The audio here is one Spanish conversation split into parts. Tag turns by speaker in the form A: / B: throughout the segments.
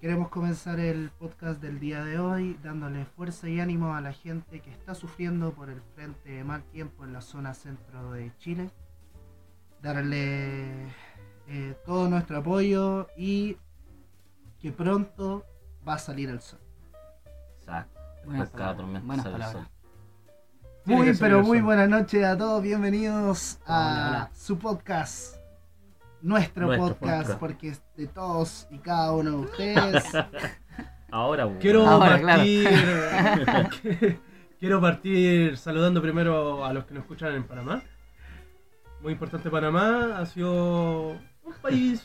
A: Queremos comenzar el podcast del día de hoy dándole fuerza y ánimo a la gente que está sufriendo por el frente de mal tiempo en la zona centro de Chile. Darle eh, todo nuestro apoyo y que pronto va a salir el sol.
B: Exacto.
C: Buenas
B: Después cada
C: palabras,
B: tormenta
C: buenas
B: sale el
C: palabras.
B: sol.
C: Tiene
A: Muy,
C: que salir
A: pero
C: el
A: muy
C: sol.
A: buenas noches a todos. Bienvenidos a
C: Hola, hola.
A: su podcast. Nuestro,
B: Nuestro
A: podcast,
B: podcast.
A: porque es de todos y cada uno de ustedes.
B: Ahora, weón.
D: Quiero
C: Ahora,
D: partir. quiero partir saludando primero a los que nos escuchan en Panamá. Muy importante Panamá, ha sido un país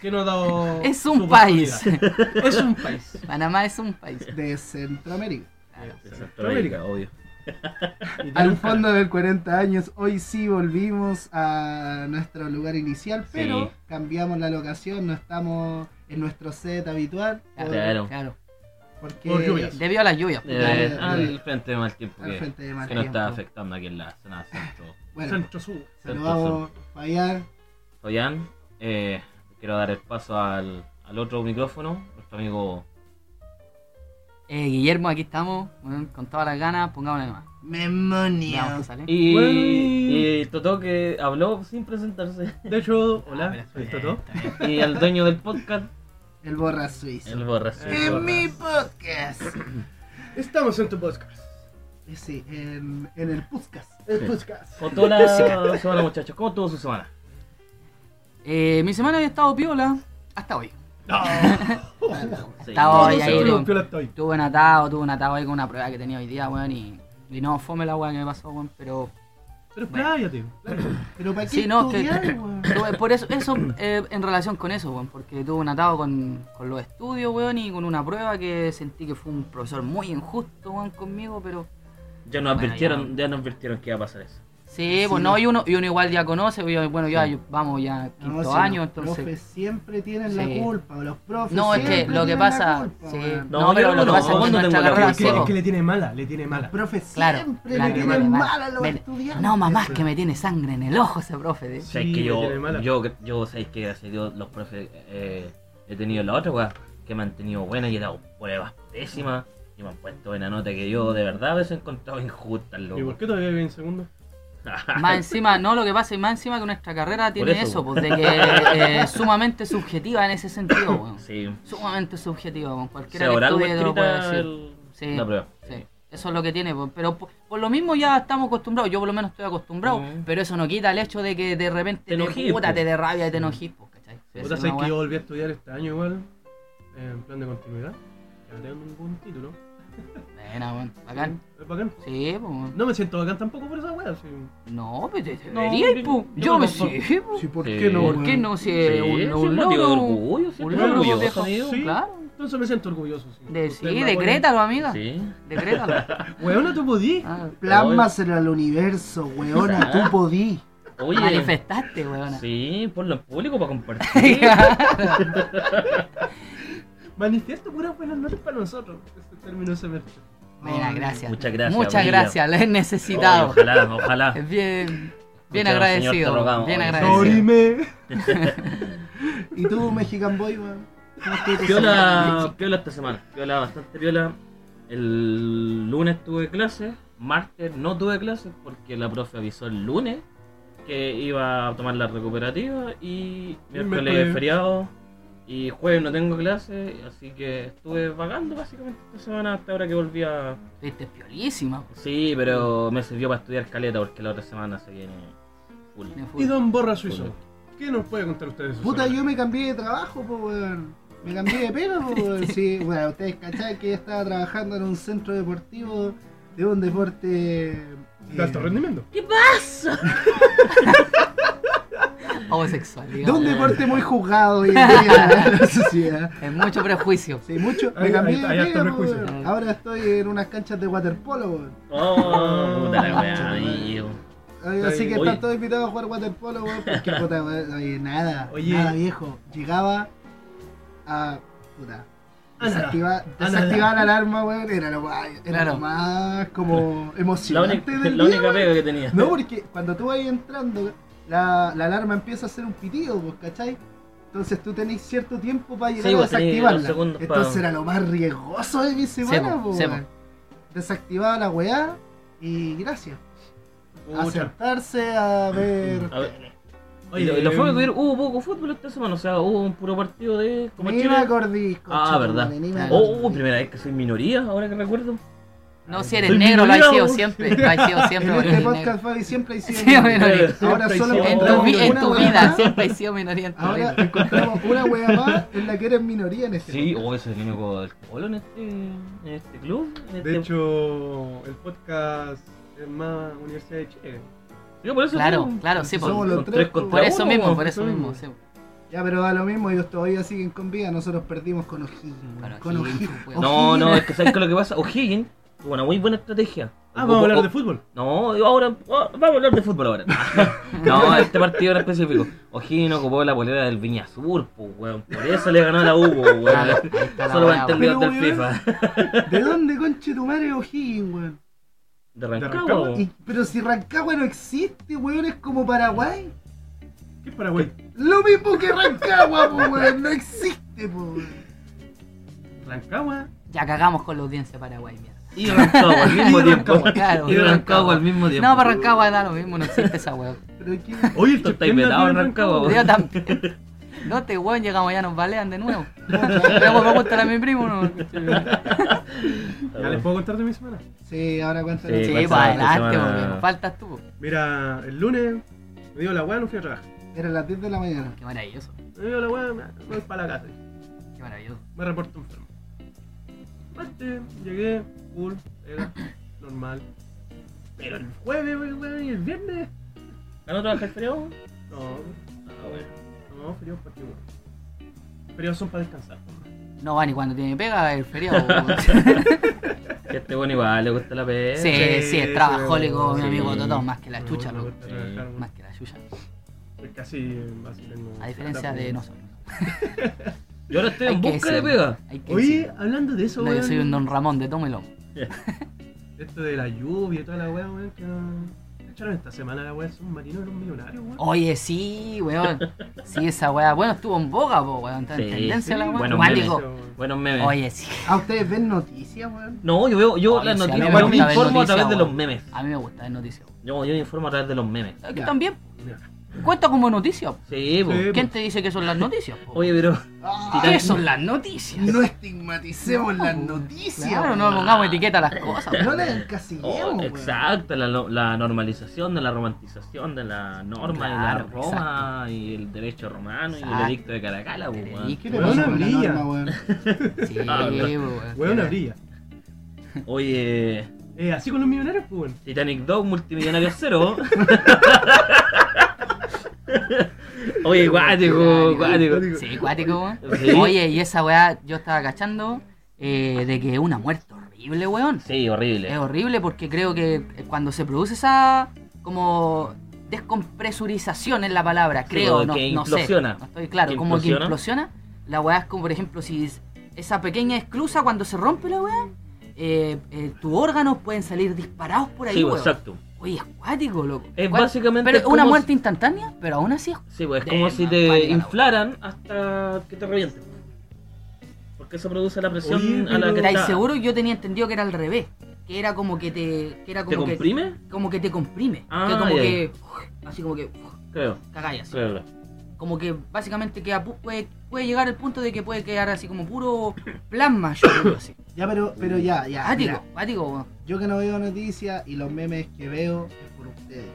D: que nos ha dado.
C: Es
D: su
C: un país.
D: oportunidad. Es un país.
C: Panamá es un país.
A: de Centroamérica.
B: De
D: Centroamérica.
B: Centroamérica, obvio.
D: Y tiene
A: Al
D: un
A: fondo del 40 años, hoy sí volvimos a nuestro lugar inicial, pero cambiamos la locación, no estamos en nuestro set habitual. por-
B: Claro.
C: Claro.
A: Porque
D: Por lluvias.
C: Debido a pues, las lluvias.
A: Ya,
B: Eh,
A: ya, ya.
B: al frente de mal tiempo
A: al
B: que,
A: frente de mal
B: que nos está
A: tiempo.
B: afectando aquí en la zona centro.
A: Bueno,
D: Centro Sur.
A: saludamos a fallar.
B: Oyan, eh, quiero dar el paso al, al otro micrófono, nuestro amigo.
C: Eh, Guillermo, aquí estamos. weón, con todas las ganas, pongámosle nomás. Veamos qué
A: Memonio.
C: sale.
B: Y,
D: Bueno, y-
B: y Totó que habló sin presentarse.
D: De hecho,
C: Ah,
D: hola,
C: mira,
D: soy
C: está
D: Toto.
C: bien, está bien.
B: Y al dueño del podcast,
A: El borra suizo.
B: el borracho.
D: El
A: En
D: Borra.
A: mi podcast.
D: Estamos en tu podcast.
A: Eh, Sí, en, en el podcast.
D: El podcast.
B: Contó la semana, muchachos. ¿Cómo estuvo su semana?
C: Eh, mi semana había estado piola hasta hoy.
B: Sí.
C: Estaba
D: Ay,
C: ahí, ahí,
D: seguro
C: lo-
D: que la estoy.
C: Tuve un atado, tuve un atado ahí con una prueba que tenía hoy día, weón. Y, y no, fome la weá que me pasó, weón. Pero
D: Pero expláyate.
A: Pero para qué
C: Sí, no, que-
A: estudiar, weón?
C: Tuve- por eso, eso eh, en relación con eso, weón, porque tuve un atado con, con los estudios, weón, y con una prueba que sentí que fue un profesor muy injusto, weón, conmigo, pero
B: Ya nos
C: Bueno,
B: advirtieron, ya nos advirtieron que iba a pasar eso.
C: sí,
A: Sí,
C: pues
A: no.
C: no, y uno, y uno igual ya conoce, yo- bueno, ya
B: Sí.
C: yo- vamos ya quinto
A: No, si
C: año,
A: los
C: entonces.
A: profes siempre tienen
C: Sí.
A: la culpa, o los profes
C: No, es que
A: siempre
C: lo que
A: tienen la
C: pasa,
A: culpa,
C: sí,
A: weón.
B: No,
C: no,
B: yo
C: pero
B: no,
C: lo que
B: no,
C: pasa es
B: ¿cuándo
C: que nuestra
B: tengo la
C: carrera
D: Es que,
B: culpa?
C: sí,
D: es
C: po.
D: que le tiene mala, le tiene mala.
A: profe
C: Claro,
A: siempre
C: claro,
A: le
C: que
A: tienen
C: me-
A: mal a los
C: me-
A: estudiantes.
C: No, mamá, es que me tiene sangre en el ojo ese profe, de-
B: O
D: Sí,
B: sea, es que
D: le tiene
B: yo,
D: mala.
B: yo, yo sé que gracias a Dios los profes eh, he tenido la otra, weá, que me han tenido buenas y he dado pruebas pésimas y me han puesto buena nota que yo de verdad a veces he encontrado injusta,
D: ¿Y por
B: loco.
D: qué todavía vive en segundo?
C: Más encima, no, lo que pasa es más encima que nuestra carrera tiene
B: eso,
C: eso,
B: po.
C: pues de que eh, es sumamente subjetiva en ese sentido, weón.
B: Sí,
C: Sumamente subjetiva, weón.
B: sea
C: Cualquiera que
B: oral o
C: estudie te lo puede
B: escrita
C: decir.
B: el-
C: Sí,
B: la prueba.
C: Sí, eso es lo que tiene, po. pero po- por, lo mismo ya estamos acostumbrados, yo por lo menos estoy acostumbrado,
B: Mm.
C: pero eso no quita el hecho de que de repente
B: Te pues. enojís,
C: puta,
B: po.
C: te de rabia y te enojís, po, ¿cachai? Sí,
D: Puta,
C: esa
D: sabes
C: es
D: que
C: una
D: yo
C: weá.
D: volví a estudiar este año igual, en plan de continuidad. Ya no tengo ningún título.
C: Buena, weón, bacán.
D: Es bacán.
C: Sí, po. weón.
D: No me siento bacán tampoco por esa wea. sí.
C: No, pues te- te
B: No,
C: deberías,
B: yo-
C: po.
B: yo
C: Yo me
B: tampoco.
C: sí, po.
A: Sí, ¿por
B: Sí.
A: qué no?
C: ¿Por
A: weón?
C: qué no? Si
B: Sí,
C: es
B: sí,
C: un,
B: es
C: un
B: un motivo de
C: logro,
B: orgullo, sí,
C: un
B: es
C: logro,
B: orgulloso,
C: viejo.
B: amigo.
D: Sí.
C: Claro.
D: Entonces me siento orgulloso. Sí,
C: De,
D: Ustedes
C: sí,
D: me
C: decrétalo, amiga.
B: Sí.
C: Decrétalo.
D: apoyan. Weona, tú podí.
C: Ah,
A: Plásmaselo al universo, weona, tú podí.
B: Oye,
C: Manifestaste, weona.
B: sí, ponlo en público para compartir.
D: Manifiesto puras buenas notas para nosotros. Este término se me.
C: Buena, gracias.
B: Muchas gracias,
C: Muchas
B: amiga.
C: gracias, la he
B: Oye,
C: necesitado.
B: ojalá, ojalá.
C: Es bien, bien
B: Escucha,
C: agradecido.
B: señor, te rogamos.
C: bien
B: Oye,
C: agradecido.
B: Sorry,
D: Sorime.
A: ¿Y tú, Mexican Boy, weón? ¿Cómo estuvo tu semana?
B: Piola, piola esta semana, piola bastante piola. El lunes tuve clases, martes no tuve clases porque la profe avisó el lunes que iba a tomar la recuperativa y miércoles
D: Miércoles.
B: es feriado y jueves no tengo clases, así que estuve vagando básicamente esta semana hasta ahora que volví a...
C: Viste, piolísima.
B: Sí, pero me sirvió para estudiar caleta porque la otra semana se viene full.
C: Me fui.
D: Y Don Borra Suizo. ¿Qué nos puede contar ustedes? de su
A: Puta,
D: semana?
A: yo me cambié de trabajo, po, weón. Me cambié de pelo, po, weón. Sí, bueno, ustedes cachai que estaba trabajando en un centro deportivo de un deporte... eh,
D: De alto rendimiento.
C: Homosexualidad.
A: De un deporte muy juzgado hoy en día en la sociedad.
C: Es mucho prejuicio.
A: Sí, mucho. Me
D: Hay-
A: cambié
D: hay-
A: de
D: hay harto
A: pega,
D: prejuicio.
A: weón. Ahora estoy en unas canchas de waterpolo, weón.
B: Oh, puta la wea, amigo.
A: Ay,
D: Está
A: Así
D: bien.
A: que
B: Oye.
A: están todos invitados a jugar waterpolo, weón. Porque puta, weón, oye, nada,
D: Oye.
A: nada viejo. Llegaba a. puta.
D: A nada.
A: Desactiva,
D: A
A: desactivar la alarma, weón. Era lo más, era
C: Claro.
A: lo más como
B: La
A: emocionante
B: única,
A: del
B: la
A: día,
B: única
A: weón.
B: pega que tenía.
A: No, porque cuando tú vas entrando, la, la alarma empieza a hacer un pitido, pues, ¿cachai? Entonces tú tenéis cierto tiempo para
B: Sí,
A: llegar a
B: vos tenéis dos
A: desactivarla.
B: segundos pa-
A: Entonces era lo más riesgoso de mi semana,
C: po,
A: po,
C: sí, po.
A: weón. Desactivaba la weá y gracias.
C: Ah,
A: A
D: Pucha.
A: sentarse a ver.
B: A ver,
D: Oye,
B: y lo, y lo fue
D: em,
B: que hubo- hubo poco fútbol esta semana, o sea, hubo un puro partido de. como
A: Ni
B: Chile.
A: me acordís,
B: Ah,
A: conchetumare,
B: verdad.
A: ni me
B: Oh,
A: acordís.
B: uh, primera vez que soy minoría, ahora que recuerdo.
C: No, si eres
B: Soy
C: negro, lo has
B: minoría,
C: sido
B: vos.
C: siempre. Lo has sido siempre,
A: En
C: porque
A: este
C: eres negro.
A: podcast, Fabi, siempre hay sido
C: Sí,
A: minoría.
C: bueno,
A: Ahora
D: siempre
A: solo
D: hay sido-
C: En
A: encontramos
B: "Oh,
C: tu, vi-
A: una
C: en tu
A: weá
C: vida
A: más.
C: siempre he sido minoriente.
A: Ahora encontramos una wea más en la que eres minoría en este
B: Sí, oh, ese es el único del Colo en este, en este club. en este-
D: De hecho, el podcast es más Universidad de Chile.
C: Ah,
B: Yo por eso
C: Claro,
B: digo,
C: claro, sí,
A: Somos
C: por,
A: los
B: con
A: tres,
B: tres
A: pues.
B: contra
C: por eso
B: uno,
C: mismo,
B: weón.
C: por eso
D: eso
C: mismo.
D: mismo.
C: sí.
B: oh.
A: Ya, pero da lo mismo, ellos todavía siguen con vida, nosotros perdimos con O'Higgins.
C: Con
A: Con
C: O'Higgins,
A: O'Higgins.
C: weón.
B: No, no,
A: O'Higgins.
B: es que sabes que lo que pasa, O'Higgins tuvo una muy buena estrategia.
D: Ah, vamos a hablar de
B: fútbol.
D: fútbol.
B: No, digo, ahora ah, vamos a hablar de fútbol ahora. No, este partido era específico. O'Higgins ocupó la polera del Viñasur, pues, weón. Por eso le ganó a la U, po,
C: Ah,
B: weón.
C: ahí está la
B: Solo para
C: weá, weón.
B: entendidos del
A: Pero, weón.
B: FIFA.
A: ¿De dónde, conche tu madre, O'Higgins, weón?
B: De
D: Rancagua,
B: Rancagua,
A: Y- Pero si Rancagua no existe, weón, es como Paraguay.
D: ¿Qué es Paraguay?
A: Lo mismo que Rancagua, po, weón, no existe, po, weón.
D: Rancagua.
C: Ya cagamos con la audiencia paraguay, mierda.
B: Y Rancagua al mismo
D: Y
B: tiempo.
D: Rancagua,
C: claro.
B: Y Rancagua al mismo tiempo.
C: No, para Rancagua da lo mismo, no existe esa weón.
A: Pero que
D: Oye, el
B: Esto está
D: Chepén la
B: inventado
D: tiene
B: en Rancagua, weón.
C: Yo también. No te weón, llegamos ya nos balean de nuevo. Luego me gustar a mi primo, no.
D: Ya les puedo contar de mi semana.
A: Sí, ahora cuánto
B: Sí,
C: Sí,
B: ¿cuál
C: para
B: será tu
C: adelante,
B: semana?
C: weón. Faltas tú. weón.
D: Mira, el lunes me dio la weá, no fui a trabajar.
A: Era las 10 de la mañana.
C: Qué maravilloso,
D: Me dio la weá, me voy para la casa.
C: qué maravilloso.
D: Me reporto enfermo. Martes, llegué, cool, era normal. Pero el jueves, wey, wey, y el viernes.
B: ¿Ganó trabajar frío?
D: No,
B: Ah, bueno.
D: no, frío para qué, weón. Fríos son para descansar.
C: No va ni cuando tiene pega el feriado. weón.
B: Que este bueno igual le gusta la pelea.
C: Sí, Eh, sí, es
D: sí,
C: trabajólico, mi
B: sí.
C: amigo Totón, más que la chucha,
D: Me
C: loco.
D: gusta
B: Sí.
D: trabajar, weón.
C: Más que la chucha.
D: Casi, así tengo.
C: A diferencia de nosotros.
B: Yo ahora estoy
C: Hay
B: en
C: que
B: busca de
C: decirlo.
B: pega.
C: Hay que
D: Oye,
C: decirlo.
D: hablando de eso,
C: No, yo
D: weón.
C: soy un don Ramón de Tómelo.
D: Esto de la lluvia y toda la weá, weón, que. Cacharon esta semana la weá, son marinos, eran millonarios, weón.
C: Oye, sí, weón. Sí, esa weá. Bueno, estuvo en boga, po, weón. Está en
B: Sí,
C: tendencia
B: sí,
C: la weá.
B: bueno,
C: Cuático.
D: Eso, weón.
B: Buenos memes.
C: Oye, sí.
A: Ah, ustedes ven noticias, weón.
B: No, yo veo, yo
C: Oye,
B: las
C: sí, a mí
B: noticias,
A: me
B: yo me
A: gusta ver
B: informo a través
C: noticias,
B: de los
C: weón.
B: memes.
C: A mí me gusta ver noticias. weón.
B: Yo, yo me informo a través de los memes.
C: Es que
A: Ya.
C: también
D: Mira.
C: cuenta como noticias. po.
B: Sí, pues. po.
D: Sí.
C: ¿Quién te dice que son las noticias? po? Ah,
B: Oye, pero.
C: ¿qué son las noticias?
A: Ah, No estigmaticemos las
C: po.
A: noticias.
C: Claro,
A: weón.
C: no pongamos etiqueta a las cosas.
A: No
C: po.
A: las
B: Oh,
A: encasillemos, weón.
B: exacto, la, no- la normalización de la romantización de la norma
C: Claro,
B: y la Roma y el derecho romano y el
C: Exacto.
B: edicto de Caracala, po,
C: El
B: weón.
C: edicto.
A: ¿Qué le
D: Weón,
A: pasa con la
D: brilla.
A: norma, weón?
C: Sí,
B: Ah,
C: weón.
D: Weón, una brilla.
B: Oye,
D: Eh, así con los millonarios, pues, weón.
B: Titanic 2, multimillonario cero. Oye, guático, guático.
C: Sí, cuático, weón.
B: Sí.
C: Oye, y esa weá, yo estaba cachando eh, de que una muerte horrible, weón.
B: Sí, horrible.
C: Es horrible porque creo que eh, cuando se produce esa como descompresurización en la palabra, creo,
B: como
C: no,
B: que
C: no sé.
B: implosiona.
C: No estoy claro,
B: Que
C: como que
B: implosiona.
C: implosiona. La weá es como, por ejemplo, si es- esa pequeña esclusa cuando se rompe la weá, eh, eh, tus órganos pueden salir disparados por ahí,
B: Sí, po,
C: weón.
B: pues, exacto.
C: Oye, es cuático, loco.
B: Es
C: Cuá-
B: básicamente
C: Pero es
B: como
C: una
B: si-
C: muerte instantánea, pero aún así es
B: Sí, pues es
C: De
B: como si
C: más
B: te
C: pánica, la
B: inflaran hasta que te revienten. Porque eso produce la presión a
D: Oye,
B: la
D: pero-
B: que
C: Pero ahí
B: está-
C: seguro yo tenía entendido que era al revés. Que era como que te. Que era
B: ¿Te
C: como que,
B: comprime?
C: como que te comprime.
B: Ah,
C: que como
B: ya,
C: que. uf, Así como que. uf,
B: Creo,
C: cagáis así.
B: creo. creo.
C: Como que básicamente queda pu- puede, puede llegar al punto de que puede quedar así como puro plasma. yo creo, así.
A: Ya, pero, pero ya, ya.
C: Ático,
A: mira,
C: ático, weón.
A: yo que no veo noticias y los memes que veo es por ustedes.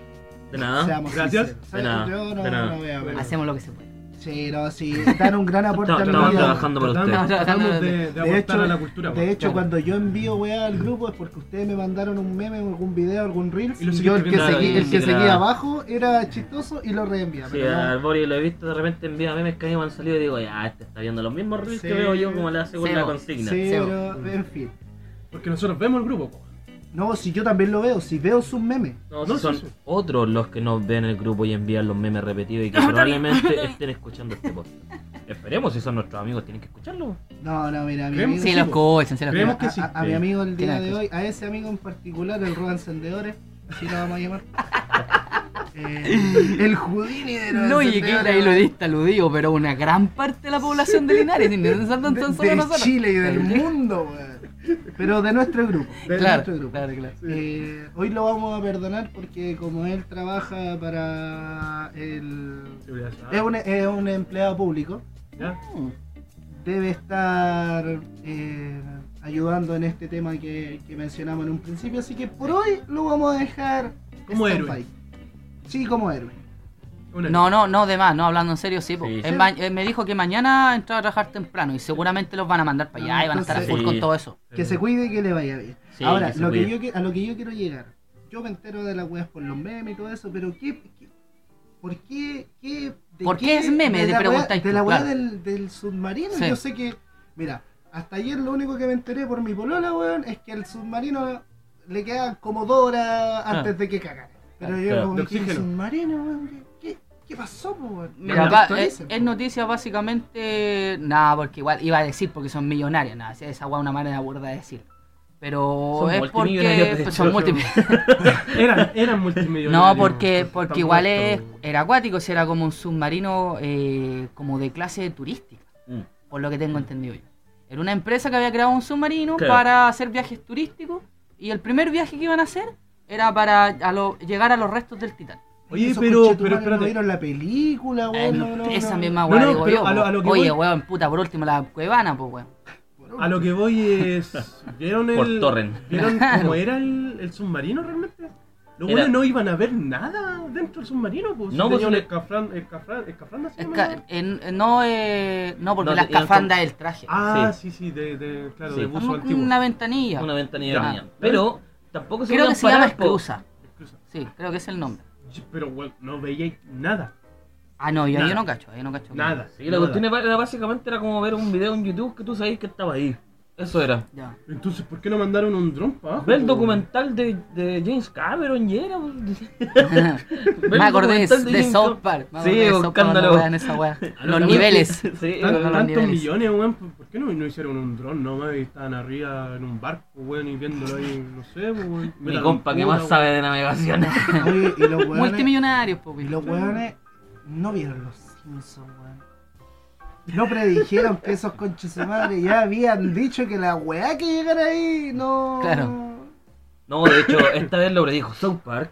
B: De nada.
A: Seamos
D: Gracias.
A: sinceros.
B: De nada,
A: Yo no,
B: de nada.
A: no veo memes.
C: Hacemos lo que se puede.
A: Sí, no, sí. Dan un gran aporte a mi
B: Estamos
A: vida.
B: trabajando para
D: Tratamos-
C: ustedes.
D: Tratamos de, de aportar
A: De hecho,
D: a la cultura,
A: De
D: weón.
A: hecho, cuando yo envío weá al grupo es porque ustedes me mandaron un meme o algún video, algún reel.
D: Y lo
A: Y yo el que,
D: seguiste
A: seguí,
B: viendo.
A: el que
B: Sí,
A: seguía
B: claro.
A: abajo era chistoso y lo reenvía.
B: Sí,
A: pero no.
B: al Boris lo he visto de repente envía memes que a mí me han salido y digo, ya, este está viendo los mismos reels
A: Sí.
B: que veo yo como le hace con
C: Sí,
B: la
C: bo.
A: Sí,
B: consigna.
C: Sí,
A: pero en fin.
D: Porque nosotros vemos el grupo, pues. po.
A: No, si yo también lo veo, si veo sus memes.
B: No,
D: No,
B: si son
D: sí, sí.
B: otros los que nos ven en el grupo y envían los memes repetidos y que
C: No,
B: probablemente estén escuchando este podcast. Esperemos, si son nuestros amigos, tienen que escucharlo.
A: No, no, mira, a mi
D: Creemos-
A: amigo,
C: Sí, lo escuchan, sí, lo
D: Creemos
C: escuchan.
A: a-
D: que sí.
A: a, a mi amigo el día
C: Tiene
A: de
C: que
A: hoy, a ese amigo en particular, el Rob Encendedores, así lo vamos a llamar. Eh, el Houdini de los
C: No, y que
A: centenarios
C: era elodista, lo digo, pero una gran parte de la población de Linares, ni tan solo
A: de-
C: nosotros.
A: de Chile y del
C: ¿Cachai?
A: mundo, weón. Pero de nuestro grupo. De
C: Claro,
A: nuestro grupo.
C: claro, claro.
A: Eh, hoy lo vamos a perdonar porque como él trabaja para el...
D: Seguridad Ciudadana.
A: Es un, es un empleado público,
D: ¿Ya?
B: Mm.
A: debe estar eh, ayudando en este tema que, que mencionamos en un principio, así que por hoy lo vamos a dejar
D: Como
A: stand-by.
D: héroe.
A: Sí, como héroe.
D: Una-
C: No, no, no, de más, no, hablando en serio, sí, po.
B: Sí.
C: Él ma- él me dijo que mañana entraba a trabajar temprano y seguramente los van a mandar para allá y van a estar a
A: Entonces-
C: full con
B: Sí.
C: todo eso.
A: Que se cuide y que le vaya bien.
B: Sí,
A: Ahora,
B: que se
A: lo que
B: cuide.
A: yo, que- a lo que yo quiero llegar. Yo me entero de las weas por los memes y todo eso, pero ¿qué? qué- ¿Por qué? qué de
C: ¿Por qué es meme? Te
A: la wea-
C: preguntáis
A: De
C: tú,
A: la wea
C: claro.
A: del, del submarino.
C: Sí.
A: Yo sé que, mira, hasta ayer lo único que me enteré por mi polola, weón, es que el submarino le quedan como dos horas
C: Ah.
A: antes de que cagara. Pero yo
B: Claro,
A: como
D: Ah, de
A: dije, el
D: oxígeno.
A: submarino, weón, ¿qué, qué pasó, po, weón?
C: Mira,
A: No,
C: va- es,
A: actualicen,
C: es
A: po.
C: noticia básicamente, nada, porque igual iba a decir porque son millonarios, nada, si esa guay una manera burda de decir. Pero
B: Son
C: es porque
B: multimillonarios, de
C: pues, son
B: hecho.
C: multimillonarios.
D: Eran, eran multimillonarios.
C: No, porque, porque
D: Están
C: igual es,
D: muertos.
C: era acuático, si era como un submarino eh, como de clase turística.
B: Mm.
C: por lo que tengo entendido yo. Era una empresa que había creado un submarino
B: Claro.
C: para hacer viajes turísticos y el primer viaje que iban a hacer era para a lo- llegar a los restos del Titán.
D: Oye,
A: Esos
D: pero,
A: conchetumares
D: pero
A: No
D: espérate.
A: vieron la película,
C: Eh,
A: weón. no, no,
C: esa
A: no.
C: misma
D: Oh, No,
C: weá
D: no,
C: digo
D: pero
C: yo.
D: a lo-
C: po.
D: a lo que
C: Oye,
D: voy-
C: weón, puta, por último la cuevana, pues weón.
D: A lo que voy es. ¿Vieron el.
B: Por torrent.
D: ¿Vieron cómo era el, el submarino realmente? Los
B: Era-
D: buenos no iban a ver nada dentro del submarino. Pues,
B: No,
D: no,
B: pues,
D: tenían
B: le-
D: escafran, escafran, escafranda, ¿se
C: Esca-
D: llama?
C: en- en- no, eh, no, porque
B: No,
C: la
B: te- iban
C: escafanda es el traje.
D: Ah, sí, sí, de, de, claro,
B: Sí.
D: de buzo
C: Una-
D: antiguo.
C: una ventanilla.
B: Una ventanilla
D: Ya.
B: tenía. Pero tampoco se
C: creo que
B: podían
C: se llama
B: parar, po.
C: esclusa.
D: Excusa.
C: Sí, creo que es el nombre.
D: Pero bueno, no veía nada.
C: Ah, no, yo, yo
D: Nada.
C: no cacho, yo no cacho.
D: Nada.
B: Sí, la
D: nada.
B: cuestión era básicamente era como ver un video en YouTube que tú sabías que estaba ahí. Eso era.
C: Ya.
D: Entonces, ¿por qué no mandaron un dron para abajo?
B: Ve el documental de, de James Cameron y era. pues,
C: me acordé de, de South Park. me
B: Sí, Ah,
C: acordé de South Park cuando
B: escándalo.
C: wean esa weá. Los
D: la
C: niveles.
B: Sí,
D: Tan-
C: Con los
D: tantos
C: niveles.
D: millones, weón. ¿Por por qué no, no hicieron un dron nomás y estaban arriba en un barco, weón, y viéndolo ahí, no sé, weón?
B: mi compa que más sabe de navegación.
A: Oye, y los weones-
C: Multimillonarios, po,
A: Y
C: weón.
A: los weones no vieron los Simpsons, weón. No predijeron que esos conches de madre ya habían dicho que la weá que llegara ahí no.
C: Claro.
B: No, de hecho, esta vez lo predijo South Park.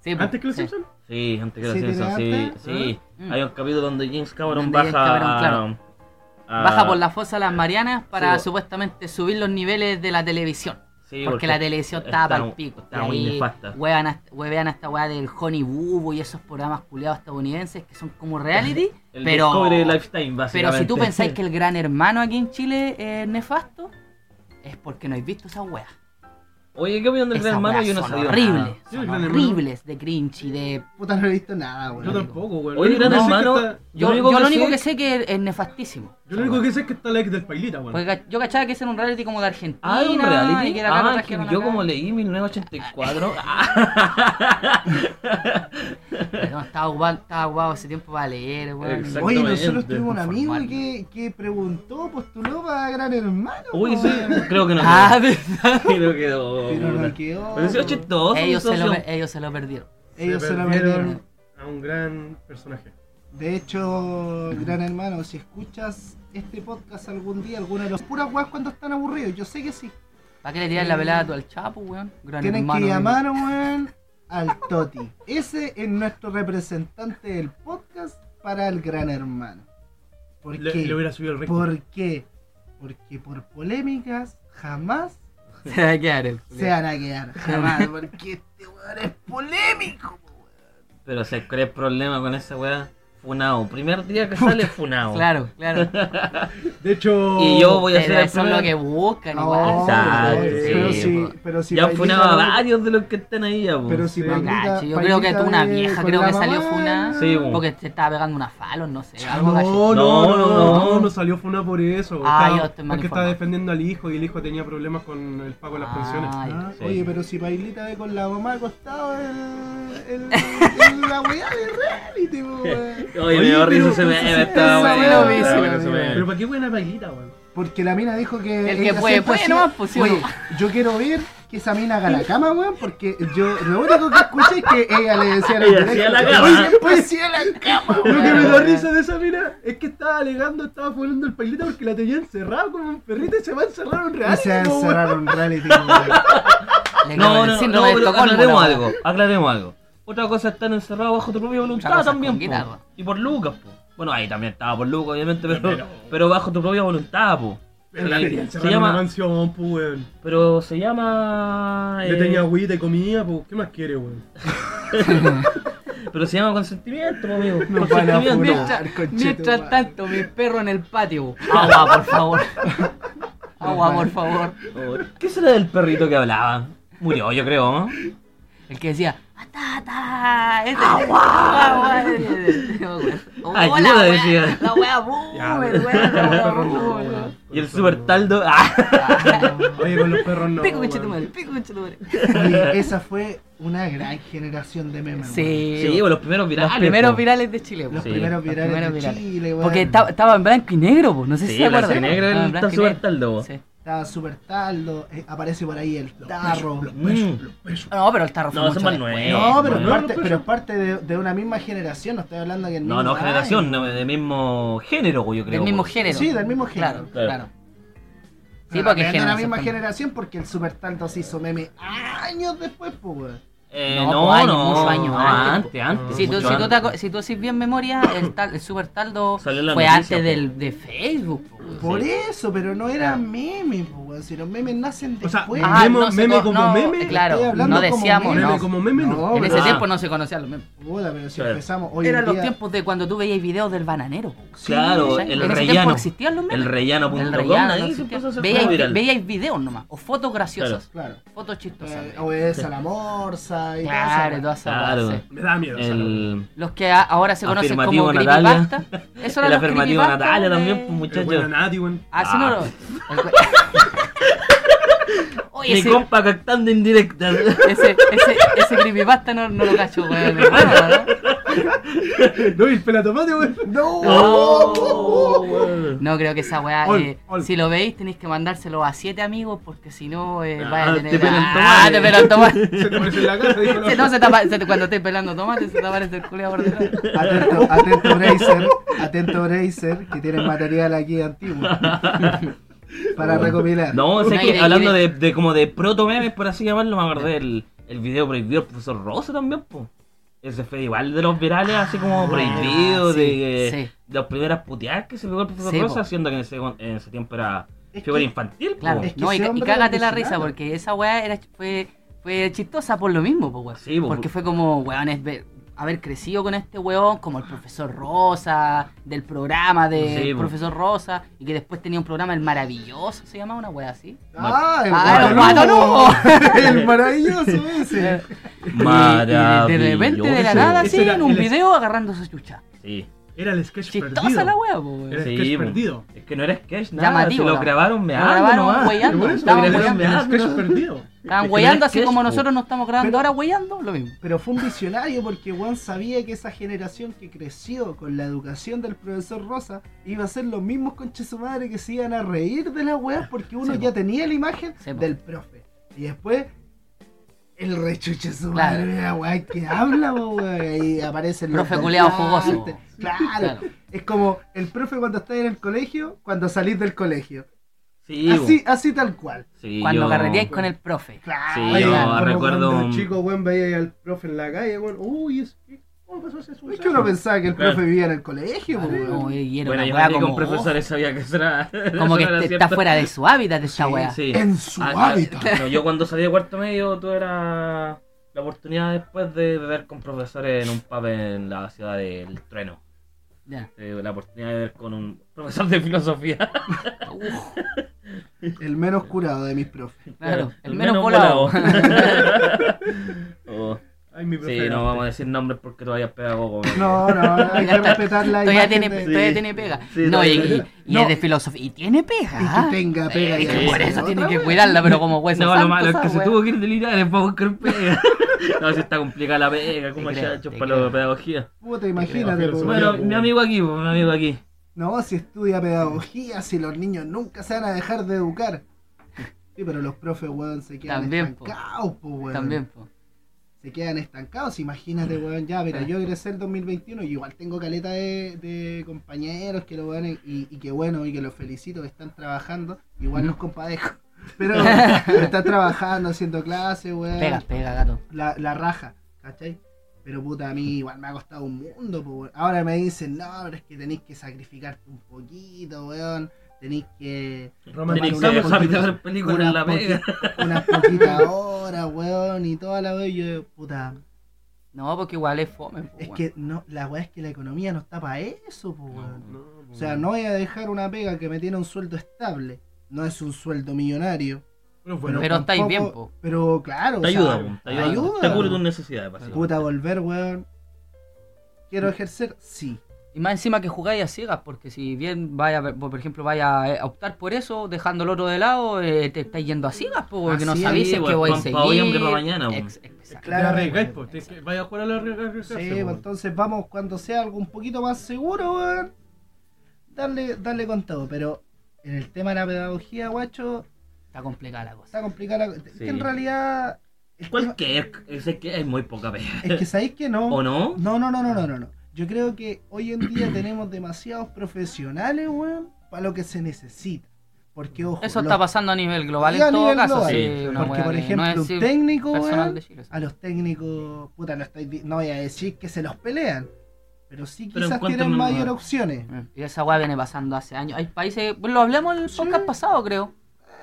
C: Sí, po,
D: ¿Antes que los
C: sí.
D: Simpsons?
B: Sí, antes que
A: Sí,
B: lo Simpsons,
A: tiene
B: sí.
A: harta,
B: sí.
C: ¿eh?
B: Hay un capítulo donde James Cameron
C: Donde James
B: baja. a-
C: Cameron,
B: a-
C: Baja por la fosa de las Marianas para
B: Sí, po.
C: supuestamente subir los niveles de la televisión.
B: Sí,
C: porque, la televisión estaba
B: está-
C: para el pico.
B: está muy nefasta.
C: Huevean hasta, huevean hasta weá del Honey Boo Boo y esos programas culiados estadounidenses que son como reality.
B: El
C: pero,
B: Discovery Lifetime,
C: pero
B: básicamente.
C: si tú pensáis que el gran hermano aquí en Chile es nefasto, es porque no habéis visto esas weas.
B: Oye, ¿qué opinan del
C: Esas
B: gran hermano?
C: weas
B: Yo no
C: son
B: sabía.
C: horribles.
D: Sí,
C: son
D: el Gran Hermano.
C: horribles de cringy, de
A: Puta, no he visto nada,
D: Yo
A: weón.
D: tampoco, weón.
B: Oye,
D: Lo único
B: gran
D: que sé es que
B: hermano.
D: está-
C: Yo, yo lo único que
B: sé-
C: sé que es, es nefastísimo.
D: Yo lo único que sé es que está la ex del Pailita, weón.
C: Porque ca- yo cachaba que ese era un reality como de Argentina.
B: Ah, ¿era un
C: y
B: reality.
C: que de acá lo
B: Ah, es que
C: trajeron
B: yo
C: acá.
B: como leí 1984. ah,
C: No, estaba ocupado, estaba ocupado ese tiempo para leer, weón.
B: Exacto.
A: Oye, nosotros
B: Exactamente.
A: tuvimos un amigo
C: Informal.
A: que, que preguntó, postuló para Gran Hermano.
B: uy, sí,
A: weón.
B: creo que no.
C: Ah, verdad.
B: Creo que no.
A: Pero no
B: Pero
A: quedó.
B: si es
A: weón.
B: chistoso.
C: ellos, se lo,
B: socio.
C: per- ellos se lo perdieron.
A: Ellos se la
D: perdieron
A: metieron.
D: a un gran personaje.
A: De hecho, gran hermano, si escuchas este podcast algún día, alguno de los puras weas cuando están aburridos, yo sé que sí.
C: ¿Para qué le tiras la pelada tú al Chapo, weón? Gran
A: Tienen
C: hermano,
A: que
C: weón.
A: llamar, weón, al Toti. Ese es nuestro representante del podcast para el gran hermano. ¿Por
D: Le,
A: qué?
D: le hubiera subido el rating.
A: ¿Por qué? Porque por polémicas jamás
C: Se va a quedar el culiao.
A: se van a quedar. Jamás. Porque este weón es polémico, weón.
B: Pero se cree el problema con esa weá. Funao. Primer día que sale, Funao.
C: Claro, claro.
D: De hecho.
B: Y yo voy a ser
C: Pero
B: el
C: eso es lo que
B: primero.
C: buscan,
A: No,
C: igual.
B: Exacto,
A: weón,
B: sí,
A: Oh, pero
B: sí,
A: si,
C: po.
A: pero si
B: Ya han
A: Pailita
B: funado a
A: no-
B: varios de los que están ahí ya, po.
A: Pero si
D: Sí.
A: Pailita-
C: Cacho, yo creo que
A: Pailita
C: tú una
A: viene
C: vieja,
A: con
C: creo
A: la
C: que salió
A: mamá.
C: funada.
B: Sí, bo.
C: Porque te estaba pegando una falon, no sé. Algo
D: No, no,
B: No,
D: no,
B: no,
D: no,
B: no.
D: no, salió funa por eso.
C: Ah,
D: Estaba-
C: yo estoy mal
D: Porque estaba
C: informado.
D: defendiendo al hijo y el hijo tenía problemas con el pago de las
C: Ah,
D: pensiones.
C: ya.
A: Ah,
B: Sí.
A: Oye, pero si Pailita ve con la mamá acostado el, el, el- la weá de reality, po, weón.
B: Oye, me
D: Oye,
B: dio risa
D: pero
B: ese meme,
D: entonces-
B: estaba
A: Esa
B: bueno.
A: weá,
B: estaba
A: esa
B: bueno ese
A: weá.
B: meme.
D: Pero ¿para qué buena Pailita, weón?
A: Porque la mina dijo que.
C: El que
A: ella
C: puede,
A: siempre
C: puede
A: ha
C: nomás, pues, sí o
A: Oye,
C: no.
A: yo quiero ver que esa mina haga la cama, weón, porque yo lo único que escuché es que ella le decía a
B: Ella hacía la cama.
A: Oye, pues hacía la cama,
D: Lo que me
A: weón.
D: da risa de esa mina es que estaba alegando, estaba poniendo el pailita porque la tenía encerrada como un perrito y se va a encerrar a un
A: Y
D: real.
A: se encerraron reality, weón.
C: Le
B: No,
C: clavan
B: no,
C: el
B: no,
C: síndrome de
B: pero
C: Estocolmo,
B: aclaremos
C: la
B: algo,
C: weá.
B: aclaremos algo. Otra cosa es estar encerrado bajo tu propia voluntad
C: cosa es
B: también,
C: con
B: po.
C: guitarra.
B: Y por Lucas, po. Bueno, ahí también estaba por Lucas, obviamente, pero, pero,
D: Pero-
B: bajo tu propia voluntad, po.
D: Pero la
B: Eh,
D: tenía
B: se
D: encerrada en una
B: llama,
D: mansión, pues, weón.
B: pero se llama...
D: Le
B: eh,
D: tenía agüita y comida, pues, ¿qué más quiere, weón?
B: Pero se llama consentimiento, po, amigo.
A: Nos van a
B: consentimiento.
A: funar.
C: Mientras,
A: Conchetumare.
C: mientras tanto, mi perro en el patio.
B: Ah,
C: Agua, por favor. Agua, por favor.
B: ¿Qué será del perrito que hablaba? Murió, yo creo, ¿no?
C: El que decía, ¡Atata! Este- ¡Agua!
B: Ayuda,
C: Hola, wea,
B: decía.
C: La wea
D: Ya,
C: boomer,
D: pero-
C: wea, la wea
D: perros no,
C: boomer.
D: weón.
B: Y el
D: Con
B: super
D: perros no.
B: taldo... ¡Ah!
D: Oye, con los perros no.
C: Pico
D: weón.
C: conchetumare, pico conchetumare.
A: Oye, esa fue una gran generación de memes. weón.
B: Sí,
C: Sí,
B: po, los primeros
C: los
B: virales.
C: primeros
B: po.
C: virales de Chile.
A: Los
C: po.
B: Sí,
A: primeros
C: los
A: virales
C: primeros
A: de
C: virales.
A: Chile, weón.
C: Porque esta- estaba en blanco y negro, po. no sé si
B: Sí,
C: se
B: blanco y
C: acuerdan.
B: negro,
C: Ah,
B: el-
C: blanco
B: está
C: y
B: súper
C: negro.
B: taldo, po.
C: Sí.
A: Estaba super taldo, eh, aparece por ahí el tarro.
B: Mm.
C: No, pero el tarro fue
B: No,
C: mucho
B: son más
C: después.
B: nuevos.
A: No, pero es
B: Bueno,
A: parte,
D: pues,
A: pero es parte de, de una misma generación, no estoy hablando que el
B: No,
A: mismo
B: no,
A: año.
B: generación, no, del mismo género, güey, yo creo.
C: Del mismo
B: güey.
C: género.
A: Sí, del mismo género.
C: Claro,
B: Claro.
C: claro.
A: Pero
C: Sí, porque
A: es de la
C: género,
A: misma
C: exactamente.
A: generación porque el Super Taldo se hizo meme años después, pues, weón.
B: Eh,
C: No,
B: no,
C: pues, años,
B: no,
C: muchos años
B: no, antes,
C: antes,
D: po.
B: antes.
C: Si tú,
B: mucho
C: si, tú te
B: antes.
C: aco- si tú haces bien memoria, el, tal, el Super Taldo fue
B: Salió en la noticia,
C: antes
B: po.
C: del, de Facebook. po.
A: Por eso, pero no era meme, pues, weón. Si los memes nacen
D: O sea,
A: después.
D: ah, Memo-
C: se
D: meme
C: co-
D: como meme,
A: estoy
C: Claro,
A: hablando
C: no
A: como
C: decíamos,
D: Meme
C: no.
D: como meme, no.
A: No,
C: en
A: pero-
C: ese
B: Ah.
C: tiempo no se conocían los memes.
A: Puta, pero si
B: Claro.
A: empezamos hoy
C: Eran
A: en
C: los
A: día-
C: tiempos de cuando tú veías videos del bananero. po.
A: Sí, sí.
B: Claro,
C: ¿Sabes?
B: el
C: en ese tiempo
B: rellano.
C: existían los memes.
B: El rellano.com,
C: El rellano,
B: ahí
C: no
B: se
C: existía.
B: empezó a hacer
C: veíais,
B: como viral.
C: veíais videos nomás, o fotos graciosas,
A: Claro.
C: fotos chistosas.
A: Eh, o es a la morsa y todo
C: claro, y
A: eso,
C: todas esas
B: Claro.
C: cosas.
D: Me da miedo. esa weón.
B: El,
C: Los que a- ahora se conocen
B: Afirmativo
C: como
B: Natalia.
C: creepypasta. Eso
B: el
C: era
B: afirmativo Natalia también, pues,
D: El
B: muchachos.
D: buen Nati, weón.
C: Ah, sí,
B: Ah.
C: no, no. El cue- Oye,
B: Mi
C: ese,
B: compa captando en directo.
C: ese, ese, ese creepypasta no, no lo cacho, weón. mi hermano, ¿no?
D: No, y el pelatomate, weón. No.
B: Oh, güey.
C: No, creo que esa weá.
D: Ol,
C: eh,
D: ol.
C: Si lo veis, tenéis que mandárselo a siete amigos porque si no, eh,
B: Ah,
C: vaya a
B: te
C: tener.
B: pelan
C: ah,
B: tomate.
C: te pelan tomate.
D: Se te aparece en la casa, dijo
C: Si no, se te apa- se te- cuando estés pelando tomate, se te aparece el culiao por detrás.
A: Atento, atento Bracer, atento Bracer, que tienen material aquí antiguo para recopilar.
B: No, sé
C: No,
B: que
C: y- y-
B: hablando de, de como de proto memes, por así llamarlo, me acordé del el video prohibido del profesor Rosa también, pues. Ese festival de los virales, así como
C: Ah,
B: prohibido,
C: sí,
B: de,
C: sí.
B: de las primeras puteadas que se pegó el profesor
C: Sí,
B: Rosa,
C: po.
B: siendo que en ese, en ese tiempo era
A: Es
B: figura
A: que-
B: infantil, po.
C: Claro,
A: Es que
C: no, y,
A: ese
C: ca- y
A: hombre
C: cágate la
A: era
C: risa
A: aficionado.
C: porque esa weá era, ch- fue, fue chistosa por lo mismo, po, weón.
B: Sí, po.
C: porque fue como, weón, es ve- haber crecido con este weón, como el profesor Rosa, del programa del
B: Sí, po.
C: profesor Rosa, y que después tenía un programa, el maravilloso, se llamaba una weá así.
A: Ah, el
C: Ah, el
A: Guadalupe. El maravilloso ese.
C: Y- y de repente, de la
B: Maravilloso.
C: nada,
D: Ese
C: así,
D: era
C: en un
D: el-
C: video agarrando su chucha.
B: Sí.
D: Era el sketch perdido.
C: Chistosa la weá, po, weón.
D: Era
B: Sí,
D: el sketch
B: po.
D: perdido.
B: Es que no era sketch, nada.
C: Llamativo,
B: si lo
C: ¿no?
B: grabaron me
C: Lo grabaron
D: Pero
C: weyando,
D: por eso,
C: estaban
D: era el
C: weyando.
D: el sketch perdido.
C: Estaban
B: que
C: weyando
B: era
C: así como
B: sketch, po.
C: nosotros nos estamos grabando
A: Pero-
C: ahora weyando, lo mismo.
A: Pero fue un visionario porque Juan sabía que esa generación que creció con la educación del profesor Rosa iba a ser los mismos conches su madre que se iban a reír de las weas porque uno
C: Sí, po.
A: ya tenía la imagen
C: Sí, po.
A: del profe. Y después el rechuche su
C: Claro.
A: madre, la wea que habla, po, wea, y aparecen los
C: Profe culiao
A: doblantes.
C: fogoso.
A: Claro. Es como el profe cuando está en el colegio, cuando salís del colegio.
B: Sí,
A: así, así tal cual.
B: sí,
C: Cuando
B: yo-
C: carreteáis con el profe.
A: Claro.
B: Sí, yo
D: como
B: recuerdo
D: cuando
B: un-
D: chico, weón, veía al profe en la calle, weón. Uy, es que. ¿Cómo pasó ese
A: Es que uno pensaba que el profe
B: Claro.
A: vivía en el colegio, po, wea.
C: No, y era
B: Bueno,
C: una
B: yo
C: weá
B: aprendí con
C: como. oh.
B: profesores sabía que eso era.
C: Como que
B: eso era
C: te-
B: cierto.
C: está fuera de su hábitat
B: Ah,
C: esta weá.
B: Sí.
A: En su
B: Ah, ah,
A: hábitat.
B: no, yo cuando salí de cuarto medio tuve la, la oportunidad después de beber con profesores en un pub en la ciudad del trueno.
C: Ya.
B: Tuve la oportunidad de beber con un profesor de filosofía.
C: Uf,
A: El menos curado de mis profes.
C: claro, el menos volado.
B: Oh,
D: Ay, mi profe.
B: sí,
D: era-
B: no vamos a decir nombres porque todavía es pedagogo.
A: No, no, hay que respetar la
C: Todavía
A: imagen
C: tiene,
A: de-
C: todavía
B: Sí.
C: tiene pega.
B: Sí,
C: no, y,
B: todavía-
C: y- y
A: no.
C: es de filosofía. Y tiene pega.
A: Y
C: ¿ah?
A: que tenga pega.
C: Es que
A: ya,
C: por
A: ya,
C: eso
A: otra
C: tiene que
A: vez.
C: cuidarla, pero como hueso.
B: No, lo
C: santo,
B: malo es que
C: esa
B: se
C: wea.
B: tuvo que ir de Linares para buscar pega. No, si está complicada la pega, como
C: Te
B: se
C: creo,
B: ha hecho
C: te
B: para
C: creo.
B: la pedagogía.
A: Puta, imagínate.
D: Creo,
A: po,
B: Bueno,
A: weón.
B: mi amigo aquí, pues, mi amigo aquí.
A: No, si estudia pedagogía, si los niños nunca se van a dejar de educar. Sí, pero los profes, weón, se quedan
C: También, po.
A: estancados, po, weón.
C: También, po.
A: Se quedan estancados, imagínate, weón, ya, pero yo egresé el 2021 y igual tengo caleta de, de compañeros que lo weón, y, y que bueno, y que los felicito, que están trabajando, igual los compadezco. Pero, pero están trabajando, haciendo clases, weón.
B: Ah.
C: Pega, pega, gato.
A: la, la raja, ¿cachai? Pero puta, a mí igual me ha costado un mundo, po, weón. Ahora me dicen, no, pero es que tenéis que sacrificarte un poquito, weón. Tenéis que.
D: Romantic
B: Tenéis
A: Manolo,
B: que
A: Manolo,
B: dejar de
A: Manolo,
B: ver películas en la pega.
A: poqui- unas poquitas horas, weón, y toda la weón. Yo, puta.
C: No, porque igual es fome, po,
A: Es
C: weón.
A: que no, la weá es que la economía no está para eso, po, weón.
D: No,
A: O sea, no voy a dejar una pega que me tiene un sueldo estable. No es un sueldo millonario.
D: Pero bueno,
C: Pero estáis
A: tampoco-
C: bien, po.
A: Pero claro,
B: Te
A: o sea,
B: ayuda, po, te
A: te
B: ayuda.
A: ayuda.
B: Te cubre tus necesidades, básicamente.
A: Puta, volver, weón. ¿Quiero ejercer? Sí.
C: Y más encima que jugáis a ciegas, porque si bien vaya, por ejemplo, vaya eh, a optar por eso, dejando el otro de lado, eh, te estáis yendo a ciegas, po, porque no
A: Así
C: sabéis
A: es,
C: si es que
B: weón,
C: voy a
B: pan
C: seguir.
B: pa' hoy, hambre pa' mañana,
C: Ex- exacto.
D: te arriesgáis,
A: weón.
D: pues. te- que Vaya a jugar a la arriesgarse.
A: Sí, pues, entonces vamos cuando sea algo un poquito más seguro, weón. Darle, darle con todo, pero en el tema de la pedagogía, guacho,
C: Está complicada la cosa.
A: está complicada. la-
B: Sí.
A: Que en realidad. el tema-
B: Cualquier, es que hay muy poca pega.
A: Es que sabéis que no.
B: ¿O no?
A: No, no, no, no, no, no, no. Yo creo que hoy en día tenemos demasiados profesionales, weón, para lo que se necesita. Porque, ojo,
C: Eso
A: los-
C: está pasando a nivel global
A: Sí, a
C: en todo
A: nivel
C: caso.
A: global.
C: sí,
B: Sí.
C: una
A: porque,
C: weá
A: por
C: que no
A: ejemplo,
C: es
A: un
C: decir
A: técnico,
C: personal
A: weón,
C: de Chile, sí.
A: a los técnicos, puta, no, estoy, di- no voy a decir que se los pelean, pero sí
B: Pero
A: quizás
B: encuentran
A: tienen
B: una-
A: mayor opciones.
C: Y esa weá viene pasando hace años. Hay países, bueno, lo hablamos en el podcast pasado, creo.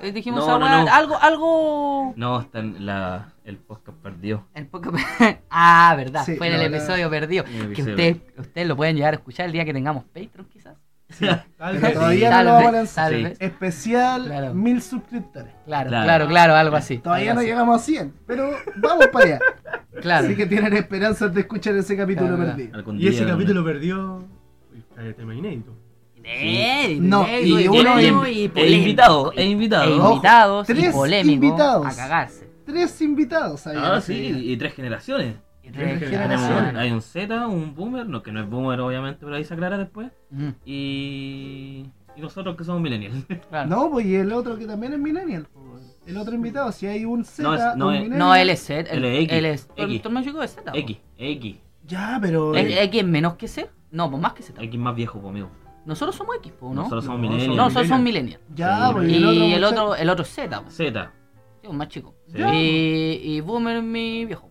C: Eh, dijimos,
B: No,
C: esa
B: no,
C: weá-
B: no.
C: algo, algo...
B: No, está en la, el podcast perdió.
C: El podcast... ah, verdad,
A: Sí,
C: fue en
A: no,
C: el
A: no.
C: episodio perdido.
B: En el
C: Que
B: episodio.
C: ustedes ustedes lo pueden llegar a escuchar el día que tengamos Patreon, quizás.
D: Tal
A: Pero
D: vez.
A: todavía
C: Tal
A: no lo vamos
C: vez,
A: a lanzar.
C: tal
B: Sí.
C: vez.
A: Especial
C: Claro.
A: mil suscriptores.
C: Claro,
B: Claro.
C: claro, claro, algo así.
A: Todavía no
C: algo así.
A: llegamos a 100, pero vamos para allá.
C: Claro.
A: Así que tienen esperanzas de escuchar ese capítulo
C: Claro.
A: perdido.
B: Algún
D: Y
B: día,
D: ese
B: ¿no?
D: capítulo perdió. eh, Uy, trae tema inédito.
C: Inédito,
A: No,
C: inédito,
A: y
C: y
A: uno
C: polémico,
B: e-
C: y
B: e
C: polémico,
B: invitado,
C: y-
B: e invitado.
C: e
A: Ojo,
C: invitados, y
A: tres
C: polémico,
A: invitados.
C: a cagarse.
A: Tres invitados habían
B: Ah,
A: ese
B: sí,
A: día.
B: y, tres generaciones.
C: Y
D: Tres
B: Tenemos,
C: tres
A: generaciones.
C: generaciones.
B: hay un Z, un boomer, no, que no es boomer obviamente, pero ahí se aclara después.
C: Mm,
B: Y, y nosotros que somos millennials.
C: claro.
A: No, pues y el otro que también es Millennial. po, weón. El otro invitado, si hay un Z,
B: No, es- no
A: un
B: es-
A: millennial-
C: No, él es Z.
B: Él
C: Él,
B: es X,
C: él es.
B: X.
C: ¿Tú me chico de Z? po.
B: X, X,
A: Ya, pero.
C: ¿El ¿X es menos que Z? No, pues más que Z.
B: X más viejo conmigo.
C: Nosotros somos X, po, ¿no?
B: Nosotros somos
D: No,
B: millennials.
C: no, nosotros somos millennials.
A: Ya,
B: Sí.
A: pues,
C: Y,
A: el otro.
C: el,
A: muchacho-
C: otro, el otro es Z, po.
B: Z,
C: Sí, un más chico.
B: Sí.
C: Y, y Boomer, mi viejo.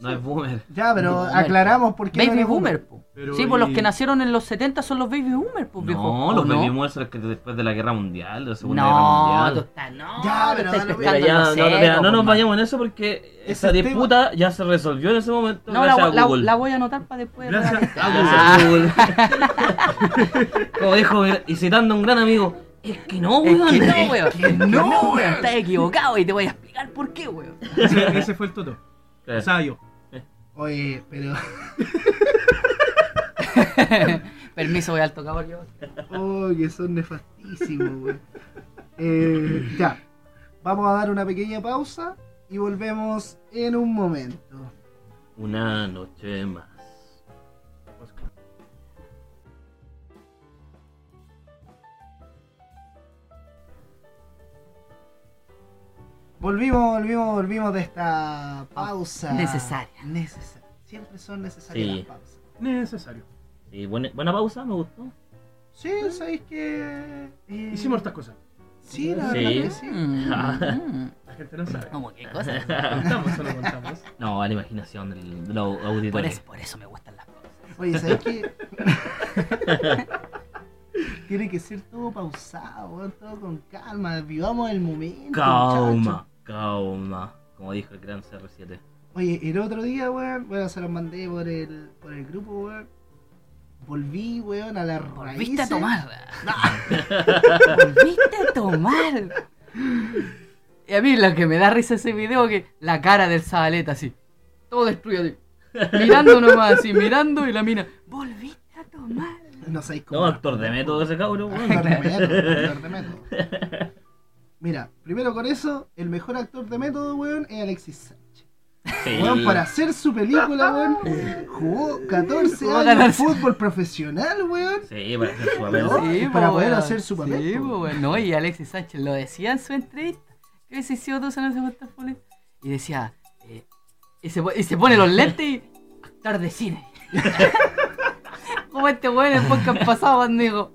B: no es boomer.
A: Ya, pero
C: Boomer.
A: aclaramos por qué. no
C: Baby
A: eres
C: Boomer, po.
D: Pero
C: sí, pues
D: y-
C: los que nacieron en los 70 son los Baby Boomer, pues viejo.
B: No,
C: ¿o
B: los
C: no?
B: baby boomers son los que después de la guerra mundial, de la segunda guerra
C: No,
B: mundial.
C: tú estás, no.
A: Ya,
C: tú
A: pero
C: estás
A: da lo
B: Mira,
C: pescando
B: ya, no,
C: en los
B: no, mira,
C: cerros,
B: no nos
C: po.
B: vayamos en eso porque
A: Ese
B: esa
A: tema-
B: disputa ya se resolvió en ese momento.
C: No, la,
B: gracias
C: la-
B: a Google.
C: la voy a anotar para después.
D: Gracias a Google.
C: Ah,
B: Gracias, Google. Como dijo, y citando a un gran amigo, es que no,
C: es
B: weón.
C: que no, weón. es que
A: no,
C: no,
A: weón.
C: weón. Estás equivocado y te voy a explicar por qué, weón.
D: Ese, ese fue el Toto.
B: Claro.
D: O sea, yo.
A: Boomer? Oye, pero.
C: Permiso, voy al tocador yo.
A: Oh, que son nefastísimos, güey. Eh, ya. Vamos a dar una pequeña pausa y volvemos en un momento.
B: Una noche más.
A: Volvimos, volvimos, volvimos de esta pausa.
C: Necesaria.
A: Necesaria. Siempre son necesarias
B: Sí.
A: las pausas.
D: Necesario.
B: Sí, buena, buena pausa, me gustó.
A: Sí, sabéis que. eh,
D: Hicimos estas cosas.
A: Sí, la
B: Sí.
A: verdad que sí.
C: Mm,
D: La gente no sabe.
C: Como qué cosas.
D: ¿Contamos o no contamos?
B: No, a la imaginación del, de los
C: Por
B: auditores.
C: eso, por eso me gustan las cosas.
A: Oye, ¿sabes qué? Tiene que ser todo pausado, weón, todo con calma. Vivamos el momento. muchachos.
B: Calma, calma. Como dijo el gran CR7.
A: Oye, el otro día, weón, bueno, se los mandé por el, por el grupo, weón. Volví, weón, a la raíz.
C: Volviste a tomar. Volviste a tomar. Y a mí lo que me da risa ese video es que la cara del Zabaleta así. Todo destruido así. Mirando nomás así, mirando y la mina. Volviste a tomar.
A: No sabéis cómo.
B: No, actor de método ese cabro,
A: Actor
B: weón.
A: de método, actor de método. Mira, primero con eso, el mejor actor de método, weón, es Alexis Sánchez.
B: Sí.
A: Weón, para hacer su película, weón, jugó 14
C: Jugó
A: años de
C: 14.
A: fútbol profesional, weón.
B: Sí, para hacer su
A: No,
B: papel.
A: para poder hacer su papel,
C: Sí,
A: po.
C: po, weón. No, y Alexis Sánchez lo decía en su entrevista. Ese CO2 se nos hace políticos. Y decía, eh, y, se, po- y se pone los lentes y actor de cine. Como este weón en el podcast pasado cuando dijo,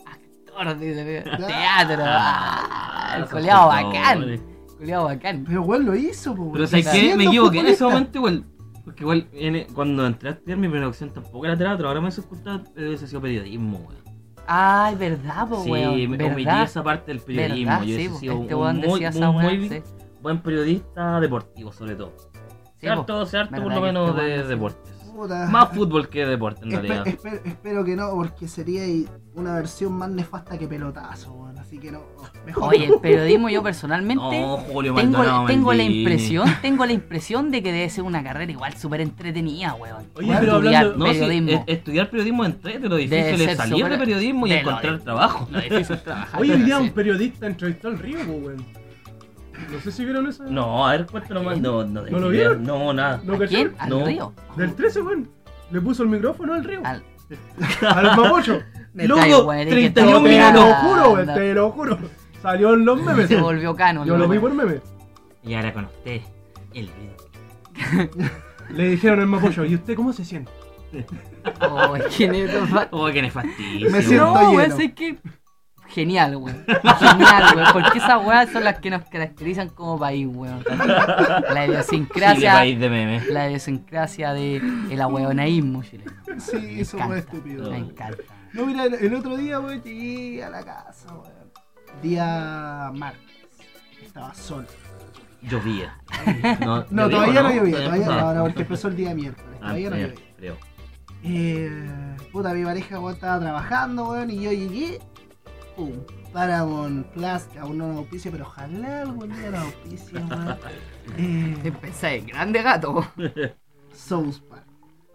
C: actor, dice, mira, teatro. ah, el coleado bacán. Culeado bacán.
A: Pero weón lo hizo, po, weón.
B: Pero sabes que
A: Siendo
B: me equivoqué en ese
A: futbolista.
B: momento igual. Porque igual en- e, cuando entré a estudiar mi primera opción tampoco era teatro, ahora me hizo ocultar hubiese sido periodismo, weón.
C: Ay, verdad, po,
B: Sí,
C: Oh, weón.
B: me omití
C: verdad,
B: esa parte del periodismo.
C: verdad,
B: yo
C: sí,
B: hubiese
C: po.
B: sido
C: Este
B: un
C: weón
B: muy,
C: decía
B: muy,
C: esa
B: muy
C: weón. Sí,
B: buen periodista deportivo, sobre todo.
C: sí,
B: Se
C: po.
B: harto, se harto por
C: Verdad
B: lo
C: que
B: menos
C: este
B: de
C: weón-
B: deportes.
A: Puta.
B: Más fútbol que deporte,
A: Espe-
B: en realidad.
A: espe- espero que no, porque sería una versión más nefasta que pelotazo, weón. Así que no, oh, mejor.
C: Oye, el periodismo yo personalmente
B: No, Julio
C: tengo,
B: Maldonado.
C: tengo la
B: Maldini.
C: impresión, tengo la impresión de que debe ser una carrera igual súper entretenida, weón.
D: Oye,
C: Igual
D: pero
C: estudiar
D: hablando-
B: No, sí,
C: periodismo.
B: e- estudiar periodismo entre de lo difícil
C: ser
B: es salir
C: súper-
B: de periodismo y
C: de lo
B: encontrar
C: de-
B: trabajo.
C: Lo difícil es trabajar.
D: Hoy día
C: Sí.
D: un periodista entrevistó al río, po, weón. No sé si vieron eso.
B: No, a ver, cuéntanos más. No, no,
D: ¿No lo
B: ni idea.
D: vieron?
B: No, nada.
D: ¿No
C: ¿A
D: cacharon?
C: quién? Al
B: No.
C: río.
D: Del 13, weón. Le puso el micrófono al río.
C: Al-
D: Al mapocho.
C: Me
B: Loco,
C: traigo, weón, y que
B: 31
D: Pero
C: estaba
B: minutos.
D: te lo
C: pegada.
D: juro, este, weón, te lo juro. Salió en los memes.
C: Se
D: Yo
C: volvió cano.
D: lo vi por memes.
B: Y ahora con usted, el video.
D: Le dijeron al mapocho, ¿y usted cómo se siente?
C: Oh, qué negro, va-
B: Oh, que nefastísimo.
A: Me siento-
C: No, weón,
A: lleno.
C: sé que. Genial, weón. Genial, weón. Porque esas weas son las que nos caracterizan como país, weón. La
B: Chile,
C: idiosincrasia.
B: país de memes.
C: La idiosincrasia de el ahueonaísmo chileno.
A: Sí, eso fue
C: encanta.
A: estúpido.
C: Me
A: weón.
C: encanta.
A: No, mira, el, el otro día, weón, llegué a la casa, weón. Día martes. Estaba sol.
B: Llovía. No, Ah,
A: No, todavía no llovía,
B: Todavía
A: todavía no,
B: empezaba.
A: no, porque empezó el día miércoles.
B: Ah,
A: Todavía no
B: frío,
A: llovía.
B: frío.
A: Eh, puta, mi pareja weón, estaba trabajando, weón, y yo llegué. Pum. Paramount Plus, que aún no nos auspicia, pero ojalá algún día nos auspicie, weón. Eh,
C: Empecé, grande gato.
A: South Park.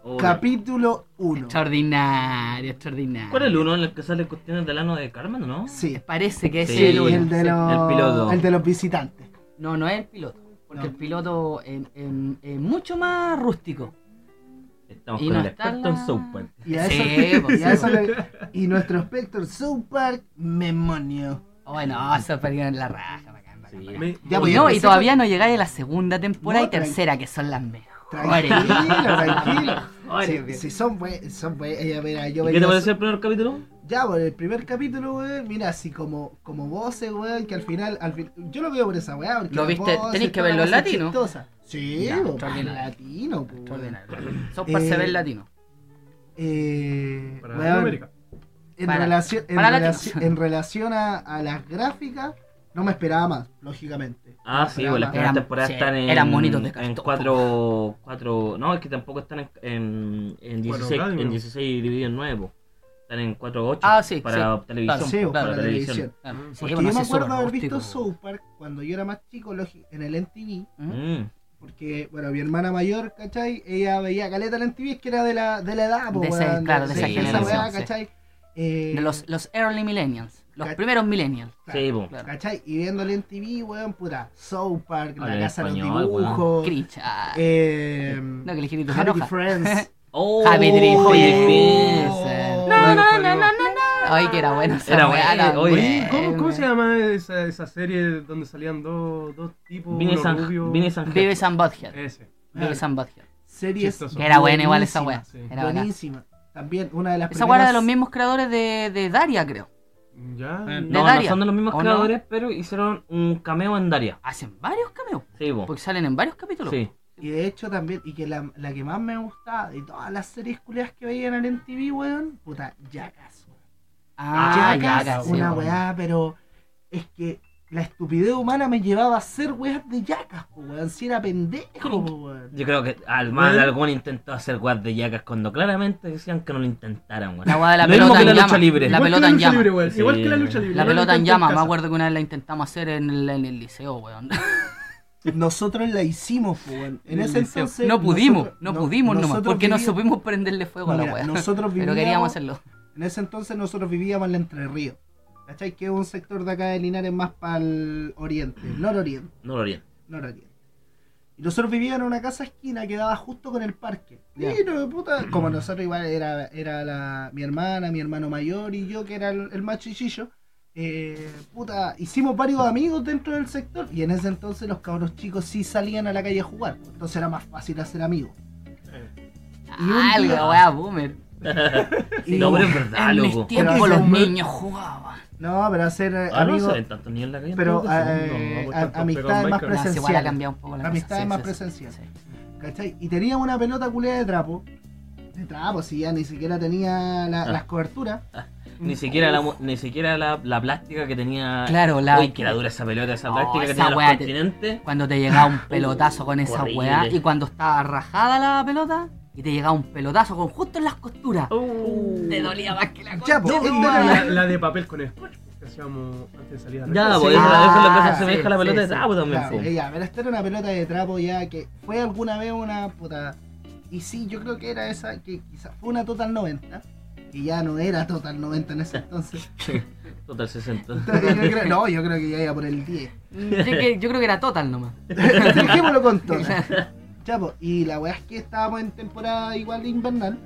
B: Oh,
A: Capítulo 1.
C: Extraordinario, extraordinario.
B: ¿Cuál es el uno en el que sale cuestiones del ano de Carmen, no?
A: Sí,
C: Parece que es
B: Sí,
C: el uno.
A: el de
B: sí,
A: los,
B: el piloto.
A: el de los visitantes.
C: No, no es el piloto. Porque
A: No.
C: el piloto es, es- es mucho más rústico.
B: Estamos
C: Y
B: con
C: no
B: el
C: está
B: experto
C: la-
B: en South Park.
A: Y, a
C: Sí,
A: eso,
C: pues,
A: y, a
C: sí,
A: eso le- y nuestro Spectre South Park, Memonio.
C: Oh, Bueno, eso perdieron la raja. bacán, bacán,
B: Sí.
C: bacán.
D: Me-
A: Ya, pues,
C: Oye, no,
A: yo
C: y
A: pensé
C: todavía no llegáis a la segunda temporada
A: No,
C: y tercera, que son las mejores.
A: Tranquilo, tranquilo.
B: Ay,
A: Sí,
B: bien.
A: sí, son buenos. Son bue- eh, mira, yo
B: ¿Y ¿Qué te
A: veía-
B: pareció el primer capítulo?
A: Ya, por el primer capítulo, weón. Mira, así como, como voces, weón. Que al final. Al fin- yo lo veo por esa weá. porque
C: ¿Lo
A: las
C: viste?
A: voces,
C: Tenés que
A: toda la
C: verlo en
A: cosa
C: latino.
A: chistosa. Sí,
C: Ya,
A: weón,
C: extraordinario.
A: latino, po, pues, weón.
C: Extraordinario. Sos
A: Eh,
C: persever latino.
A: Eh,
D: Para
A: weón,
D: Latinoamérica.
A: en,
C: Para-
A: relación, en,
C: para latinos.
A: relación- en relación a, a las gráficas, no me esperaba más, lógicamente.
B: Ah, sí,
A: Eran-
B: bueno, las primeras
C: eran-
B: temporadas
C: sí,
B: están en.
C: eran monitos de
B: En
C: cartón.
B: cuatro, cuatro. No, es que tampoco están en, en, en,
D: Cuatro
B: 16,
D: K,
B: en
D: digo.
B: 16 dividido en nueve po. Están en 4.8
C: Ah, sí,
B: para televisión.
C: claro,
A: Sí,
B: po,
A: para la televisión.
C: Claro. Sí,
A: mm. Porque
C: bueno,
A: yo me
C: sí,
A: acuerdo
C: súper
A: haber
C: rústico.
A: visto South Park cuando yo era más chico lógi- en el NTV.
B: Mm.
A: Porque, bueno, mi hermana mayor, ¿cachai? Ella veía caleta en NTV, es que era de la, de la edad, po,
C: De esa-
A: weón,
C: claro, de
B: esa generación,
A: weá,
C: sí.
A: ¿cachai? Eh,
C: De los, los early millennials. Los
A: Cach-
C: primeros millennials.
A: claro,
B: Sí, po.
C: Claro.
A: ¿cachai? Y viéndole en TV, weón, puta, South Park,
B: Ah,
A: La
B: en
A: Casa de los
B: español, weón.
A: Dibujos,
C: Cringe. ah.
A: eh,
C: no, que el girito se
A: Happy
C: enoja.
A: Friends.
B: Oh, eh,
C: Happy Tree
B: Friends.
C: Friends.
D: No, no, no, no,
C: Ay, que era bueno.
B: Era bueno, oye,
D: Oye, ¿cómo,
C: Em,
D: cómo se llama esa, esa serie donde salían dos, dos tipos?
B: Vine
D: uno
B: San,
D: rubio?
B: Vine San
C: Vive San Butthead.
D: Ese.
C: Vive San Butthead.
A: Series.
D: Chistoso.
C: Que era buena igual esa wea.
A: buenísimas,
D: sí.
C: Era buena.
A: Buenísima. También una de las
C: Esa guarda de los
A: primeras-
C: mismos creadores de, de Daria, creo.
D: Ya.
A: Eh,
B: Ah, No, no
C: Daria,
B: son de los mismos
C: ¿o no?
B: creadores, pero hicieron un cameo en Daria.
C: Hacen varios cameos.
B: Sí, po.
C: Porque salen en varios capítulos.
B: Sí.
A: Y de hecho también, y que la, la que más me gustaba de todas las series culiadas que veían en NTV, weón, puta, Jackass. weón.
C: Ah,
A: Jackass,
C: ya,
A: una
C: sí,
A: weá, pero es que la estupidez humana me llevaba a hacer weas de Jackass, po, weón, si era pendejo, po, weón.
B: Yo creo que al más de
D: Bueno.
B: algún intentó hacer guas de yacas cuando claramente decían que no lo intentaran, weón.
C: La guada de la
B: Lo mismo
C: pelota
B: que
C: en
B: la lucha
C: llama.
B: libre.
C: La
D: Igual que
C: pelota en
D: lucha
C: llama.
D: libre, weón,
B: Sí.
D: Igual que la lucha libre.
C: La
D: igual
C: pelota
D: lo
C: en
D: intentó
C: llama, me
D: casa.
C: acuerdo que una vez la intentamos hacer en el, en el liceo, weón.
A: Nosotros la hicimos, po, weón. En ese entonces.
C: No pudimos,
A: nosotros-
C: no pudimos nomás,
A: nosotros
C: porque no
A: vivi-
C: supimos prenderle fuego a la
A: Mira,
C: weá.
A: Nosotros
C: Pero
A: vivíamos,
C: queríamos hacerlo.
A: En ese entonces nosotros vivíamos en la Entre Ríos. ¿Cachai? Que es un sector de acá de Linares más para el oriente,
B: Mm.
A: nororiente.
B: No lo harían.
A: nororiente. Y nosotros vivíamos en una casa esquina que daba justo con el parque.
C: Ya.
A: Y no, puta, como nosotros igual era, era la, mi hermana, mi hermano mayor y yo, que era el, el más chichillo, eh, puta, hicimos varios amigos dentro del sector y en ese entonces los cabros chicos sí salían a la calle a jugar, pues, entonces era más fácil hacer amigos. Y un
C: Ah,
A: día-
C: la weá, boomer.
A: Y-
B: No, pero es verdad,
C: en
B: loco.
C: mis tiempos
A: Pero-
C: los niños jugaban.
A: No, pero hacer eh,
B: Ah, no
A: amigos,
B: se ven tanto ni en la calle.
A: pero
C: ah,
B: entonces.
A: eh,
D: no,
A: a-
D: tanto
A: amistades
D: pegado
A: más
D: Michael.
C: No, se igual ha
D: No,
A: presenciales.
C: cambiado un poco la
A: Amistades
C: cosa, sí,
A: más
C: sí, sí,
A: presenciales.
C: sí.
A: ¿Cachai? Y tenía una pelota culea de trapo. De trapo, si ya ni siquiera tenía la-
B: Ah.
A: las coberturas.
B: Ni siquiera, la, mu- ni siquiera la, la plástica que tenía.
C: Claro, la-
B: Uy, que era dura esa pelota, esa
C: No,
B: plástica que
C: esa
B: tenía los
C: weá te-
B: continentes.
C: Cuando te llegaba un pelotazo con esa
B: horrible.
C: weá y cuando estaba rajada la pelota y te llegaba un pelotazo con justo en las costuras.
B: Uh.
C: Te dolía más que la
A: Ya,
C: concha.
A: pues,
D: No,
A: esta
D: no,
A: era
D: la,
A: la-
D: la de papel con scotch que hacíamos antes de salir a la
B: Ya,
D: calle.
B: pues
A: Sí.
B: eso, eso es lo que
C: Ah,
B: se asemeja
C: sí,
B: a la pelota
C: sí,
B: de trapo también. pues.
A: Claro,
B: po.
A: ella, pero esta era una pelota de trapo ya que fue alguna vez una puta. Y sí, yo creo que era esa que quizás fue una Total 90, que ya no era Total 90 en ese entonces.
B: Total 60.
A: Entonces, yo creo- no, yo creo que ya iba por el 10.
C: Yo, que- yo creo que era total nomás.
A: Dejémoslo con Total. Chapo, y la weá es que estábamos en temporada igual de invernal.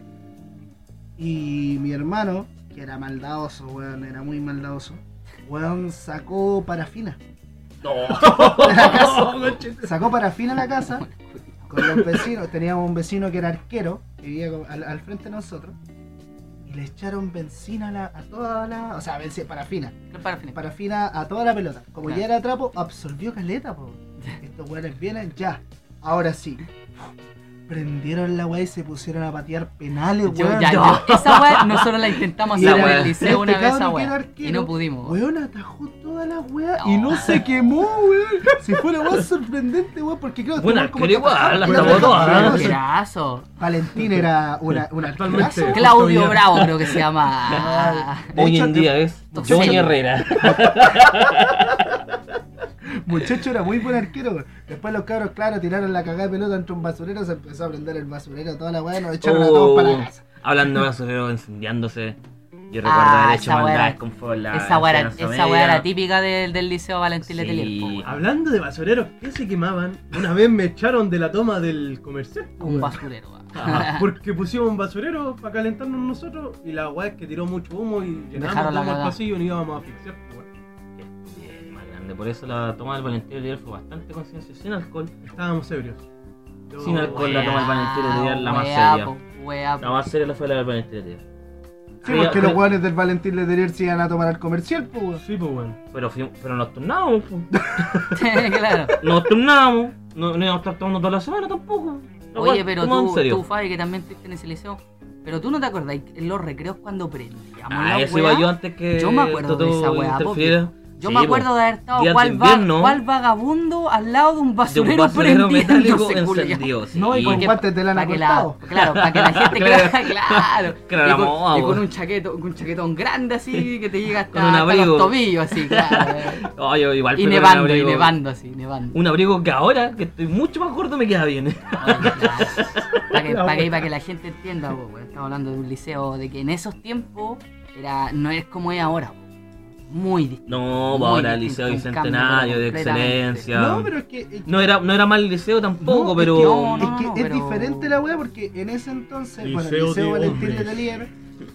A: Y mi hermano, que era maldadoso, weón, era muy maldadoso, weón sacó parafina. Sacó parafina a la casa con los vecinos. Teníamos un vecino que era arquero, que vivía con- al, al frente de nosotros. Y le echaron benzina a, la- a toda la. O sea, benci- parafina.
C: Para fin.
A: Parafina a toda la pelota. Como
C: Claro.
A: ya era trapo, absorbió caleta, po. Estos weones vienen ya. Ahora sí. Prendieron la weá y se pusieron a patear penales,
C: Yo,
A: weón.
C: ya,
A: No.
C: yo- esa weá nosotros la intentamos
A: Y
C: hacer en
A: era-
C: el liceo una
A: este
C: vez esa
A: cabrón que
C: weá.
A: era
C: Y
A: arquero,
C: no pudimos.
A: Weón atajó toda la weá y
C: No.
A: no se quemó, weón. Si fue una weá sorprendente, weón, porque creo que
B: Bueno,
A: este weón como
B: arquero
A: atajaba-
B: igual, la
A: weón,
B: atajó
A: atajaba
B: todas.
A: todas.
C: Arquerazo.
A: Valentín era una, una
D: Actualmente.
A: arquerazo.
C: Claudio
D: Todavía.
C: Bravo creo que se llama.
B: Hoy
A: De
B: en
A: hecho,
B: día es
C: Top
B: Johnny
C: seis.
B: Herrera.
A: Muchacho era muy buen arquero. weón. Después los cabros, claro, tiraron la cagada de pelota entre un basurero, se empezó a prender el basurero, toda la weá, nos echaron a todos
B: Oh,
A: para la casa.
B: Hablando de basurero incendiándose. Yo recuerdo
C: Ah,
B: haber hecho
C: esa weá.
B: maldades con fuego en la.
C: Esa weá era,
B: en la
C: esa
B: media.
C: weá era típica del, del liceo Valentín
B: Sí.
C: Letelier. po, weón.
D: Hablando de basureros que se quemaban, una vez me echaron de la toma del comercial.
C: Un basurero. weón.
D: Ah, Porque pusimos un basurero para calentarnos nosotros y la weá es que tiró mucho humo y
C: Dejaron
D: llenamos
C: la
D: todo el
C: cagada.
D: pasillo y nos íbamos a asfixiar. weón.
B: Más grande. Por eso la toma del Valentín Letelier fue bastante conciencia. Sin alcohol.
D: Estábamos ebrios. Yo-
B: Sin alcohol. Con la
C: Weá,
B: toma del Valentín Letelier, la más
C: weá,
B: seria.
C: po, weá,
B: La
C: po.
B: más seria fue la del Valentín Letelier.
A: Sí,
B: Fui a-
A: porque los
B: fui-
A: weones del Valentín Letelier se iban a tomar al comercial, pues weón.
D: Sí, pues weón.
B: Pero, fui- pero nos pues. turnábamos. po.
C: Claro.
B: Nos turnábamos. No, no íbamos a estar tomando toda la semana tampoco. La
C: Oye,
B: weá,
C: pero
B: tomamos
C: tú,
B: en serio.
C: tú, Fabi, que también estuviste en ese liceo, pero tú no te acordás en los recreos cuando prendíamos
B: Ah,
C: la
B: eso
C: weá?
B: iba yo antes que.
C: Yo me acuerdo de
B: Totó
C: esa weá,
B: interfiriera.
C: Yo
B: Sí,
C: me
B: po.
C: acuerdo de haber estado
B: Días de
C: cual, va-
B: invierno.
C: cual vagabundo al lado de un
B: De un
C: basurero,
B: basurero metálico
C: prendiéndose, culiao.
B: encendido. sí.
A: No, y con
C: que-
A: guantes de lana
C: Para que la,
A: cortado.
C: claro, para que la gente,
B: Claro.
C: claro, claro.
B: Claro,
C: y
B: la
C: con,
B: moda,
C: y con
B: po.
C: un chaqueto, con un chaquetón grande así que te llega hasta,
B: Con un
C: hasta
B: abrigo.
C: los tobillos así, claro. eh.
B: Ay, yo igual,
C: y
B: pero era un
C: nevando, y
B: abrigo-
C: nevando así, nevando.
B: Un abrigo que ahora, que estoy mucho más gordo, me queda bien.
C: Para que, pa'
A: pues.
C: que- pa' que la gente entienda, po, weón. estamos hablando de un liceo de que en esos tiempos era, no es como es ahora, po. muy distinto.
B: No,
C: Muy
B: ahora el
C: distinto,
B: liceo
C: un
B: bicentenario
C: cambio
B: de
C: completamente.
B: excelencia.
A: No,
B: No,
A: pero es que. es que-
B: era, no era mal el liceo tampoco,
A: no, es
B: pero. eh,
A: que-
C: No, no,
A: es que
C: no,
A: es
C: pero-
A: diferente la weá porque en ese entonces, bueno, el
D: Liceo
A: Liceo
D: de
A: Valentín
D: hombres.
A: Letelier,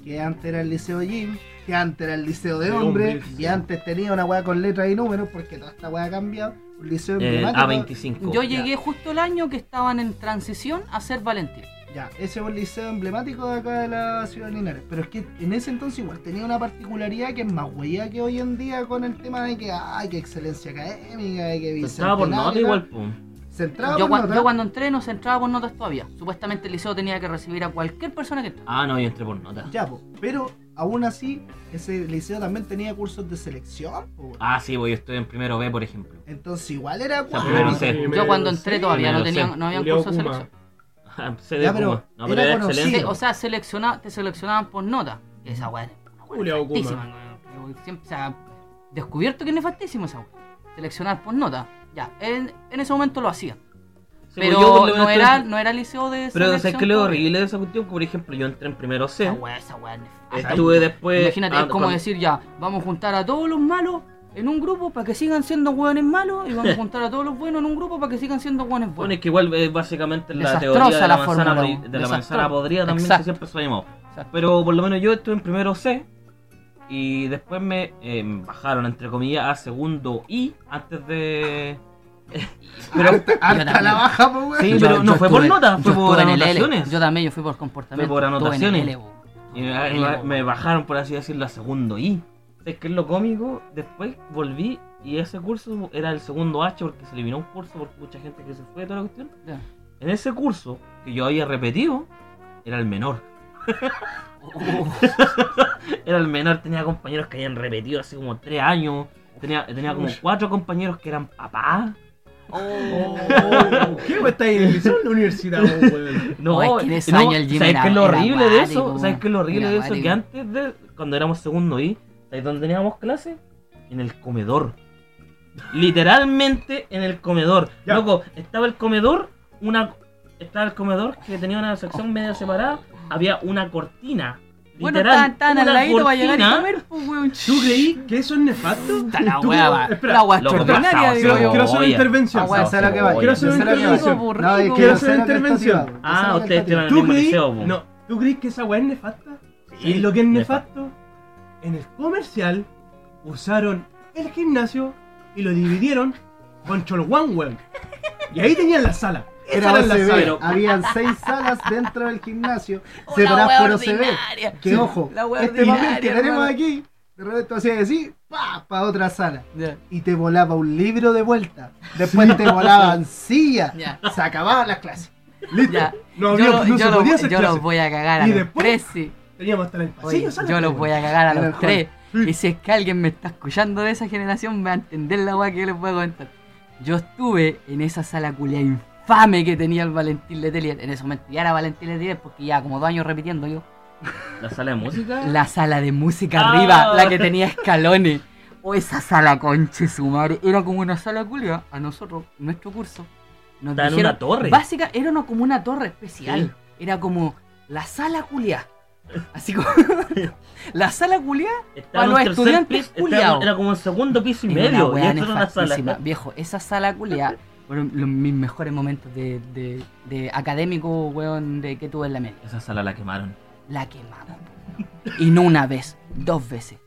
A: que antes era el Liceo Jim, que antes era el Liceo de,
D: De
A: Hombres,
D: hombres,
A: y
D: sí.
A: antes tenía una weá con letras y números porque toda esta weá ha cambiado. Un liceo
B: eh,
A: emblemático.
B: A25.
C: Yo llegué justo el año que estaban en transición a ser Valentín.
A: Ya, ese es un liceo emblemático de acá de la ciudad de Linares. Pero es que en ese entonces igual tenía una particularidad que es más huella que hoy en día con el tema de que, ay, que excelencia académica, de que
B: Estaba por
A: bicentenario,
B: nota igual, po.
A: Se entraba
C: Yo,
A: por
C: cuan-
A: nota.
C: yo cuando entré no se entraba por notas todavía. Supuestamente el liceo tenía que recibir a cualquier persona que entrara.
B: Ah, no, yo entré por nota.
A: Ya, po. pero aún así, ese liceo también tenía cursos de selección. po, weón.
B: Ah, sí, pues yo estoy en primero B, por ejemplo.
A: Entonces igual era
B: sea,
A: guau.
B: primero
A: po.
B: hice-
C: Yo cuando entré todavía no
B: Primero,
C: tenían,
B: sí.
C: no habían
D: Julio
C: cursos de
D: Kuma.
C: selección.
B: Se de
A: Ya, pero
B: Cuba. No, pero
A: era
B: era
A: conocido.
B: excelente.
C: Sí, o sea, selecciona, te seleccionaban por nota. Esa weá es una weá
D: Julio Kuma.
C: nefastísima, weón. Siempre se ha descubierto que es nefastísimo esa weá. Seleccionar por nota. Ya, en, en ese momento lo hacían.
B: Sí, pues
C: pero
B: yo por lo
C: no,
B: menos
C: era,
B: entré-
C: no era liceo de
B: Pero
C: selección
B: ¿sabes qué es lo
C: todavía.
B: horrible de esa cuestión? Que, por ejemplo, yo entré en primero C.
C: Esa weá, esa weá es nefasta.
B: Estuve después.
C: Ah, Imagínate,
B: ah,
C: es como
B: cuando-
C: decir ya, vamos a juntar a todos los malos en un grupo para que sigan siendo hueones malos y vamos a juntar a todos los buenos en un grupo para que sigan siendo hueones
B: Bueno, es
C: buenos.
B: que igual es básicamente la
C: Desastrosa
B: teoría de la,
C: la
B: manzana,
C: fórmula,
B: podri- de la
C: desastrosa.
B: manzana podrida también
C: Exacto.
B: que siempre soñamos.
C: Exacto.
B: Pero por lo menos yo estuve en primero C y después me eh, bajaron, entre comillas, a segundo I antes de... pero
A: Hasta la baja, pues, weón.
B: Sí, pero no fue por nota, fue
C: Ah. yo
B: por
C: estuve en el L.
B: anotaciones.
C: Yo también, yo fui por comportamiento.
B: Fue por
C: estuve en el
B: anotaciones.
C: L, bo.
B: Y me, me- me bajaron, por así decirlo, a segundo I. Es que es lo cómico, después volví y ese curso era el segundo H porque se eliminó un curso por mucha gente que se fue de toda la cuestión.
C: Ya.
B: En ese curso que yo había repetido, era el menor. Era el menor, tenía compañeros que habían repetido hace como tres años. Tenía, tenía como cuatro compañeros que eran papás.
D: Oh, ¿Qué weón está ahí en el liceo en la universidad, weón?
B: No,
C: Oh, es que en ese
B: no,
C: año el gym
B: ¿sabes
C: era-
B: qué es lo
C: era
B: horrible de eso?
C: acuático,
B: ¿Sabes qué es lo horrible
C: era
B: de eso? Que
C: acuático.
B: antes de, cuando éramos segundo I, ¿sabes dónde teníamos clase? En el comedor. Literalmente en el comedor.
D: Ya.
B: Loco, estaba el comedor, una estaba el comedor que tenía una sección medio separada, había una cortina.
C: Bueno,
B: Literal,
C: tan, tan al
B: una
C: ladito va a llegar y
B: cortina.
C: comer, pues, weón.
D: ¿Tú creí que eso es nefasto?
C: Está la
D: ¿Tú
C: wea,
D: creí-
C: va.
D: Espera,
C: La wea
B: Loco,
C: extraordinaria,
B: pasado,
C: digo
D: quiero-
B: cebolla.
D: quiero
C: yo.
D: hacer una intervención.
C: Ah, weón,
A: sé lo que va.
B: Oye.
A: Quiero hacer
D: Quiero
A: una
D: hacer
A: intervención.
C: intervención.
A: No, es que
C: Quiero
A: yo
D: hacer
A: sé lo que
D: intervención.
A: estoy llevando, yo
B: Ah,
A: sé lo que
B: ustedes
A: estoy llevando.
B: tienen- el
D: ¿Tú
B: mismo
D: creí?
B: liceo, po.
D: No, ¿tú crees que esa weá es nefasta?
B: Sí,
D: ¿Y lo que es
B: nefasto.
D: nefasto? En el comercial usaron el gimnasio y lo dividieron con Cholwan, weón. Y ahí tenían la sala. Esa
A: Era
D: era, la
A: OCB.
D: sala.
B: pero-
A: Habían seis salas dentro del gimnasio
C: Una
A: separadas
C: wea
A: por
C: Oh, ordinaria.
A: OCB. Que
D: Sí,
A: ojo,
C: la wea
A: este papel que
C: ordinaria,
A: tenemos
C: hermano.
A: aquí, de repente hacía así, pa, pa otra sala.
C: Ya,
A: Y te volaba un libro de vuelta. Después te volaban sillas.
C: ya.
A: Se acababan las clases.
D: Listo.
C: Ya.
D: No, había-
C: Yo, lo- yo
D: no se
C: lo-
D: podía hacer
C: yo los
D: clase.
C: voy a cagar a
D: Y
C: los
D: después-
C: tres, sí.
D: Teníamos hasta la
C: Oye,
D: pasillo, sala.
C: yo los voy a cagar a
A: Era el
C: los tres.
D: juego.
C: Y si es que alguien me está escuchando de esa generación, me va a entender la weá que yo les voy a contar. Yo estuve en esa sala culia infame que tenía el Valentín Letelier. En ese momento ya era Valentín Letelier porque ya como dos años repitiendo yo.
B: La sala de música.
C: La sala de música
B: Ah.
C: arriba, la que tenía escalones. O esa sala conche su madre. Era como una sala culia a nosotros, nuestro curso. Nos
B: Estaba en
C: dijeron-
B: una torre.
C: Básica, era una- como una torre especial. Era como la sala culia. Así como. la sala culia
B: Estaba
C: Para
B: en
C: los
B: un tercer
C: estudiantes,
B: piso, estaba-
C: culiao.
B: era como un segundo piso y
C: Era una
B: medio. Y
C: weá
B: esto era una
C: nefastísima.
B: sala.
C: Viejo, esa sala culia fueron los, mis mejores momentos de, de, de académico, weón, de que tuve en la media.
B: Esa sala la quemaron.
C: La quemaron. Y no una vez, dos veces.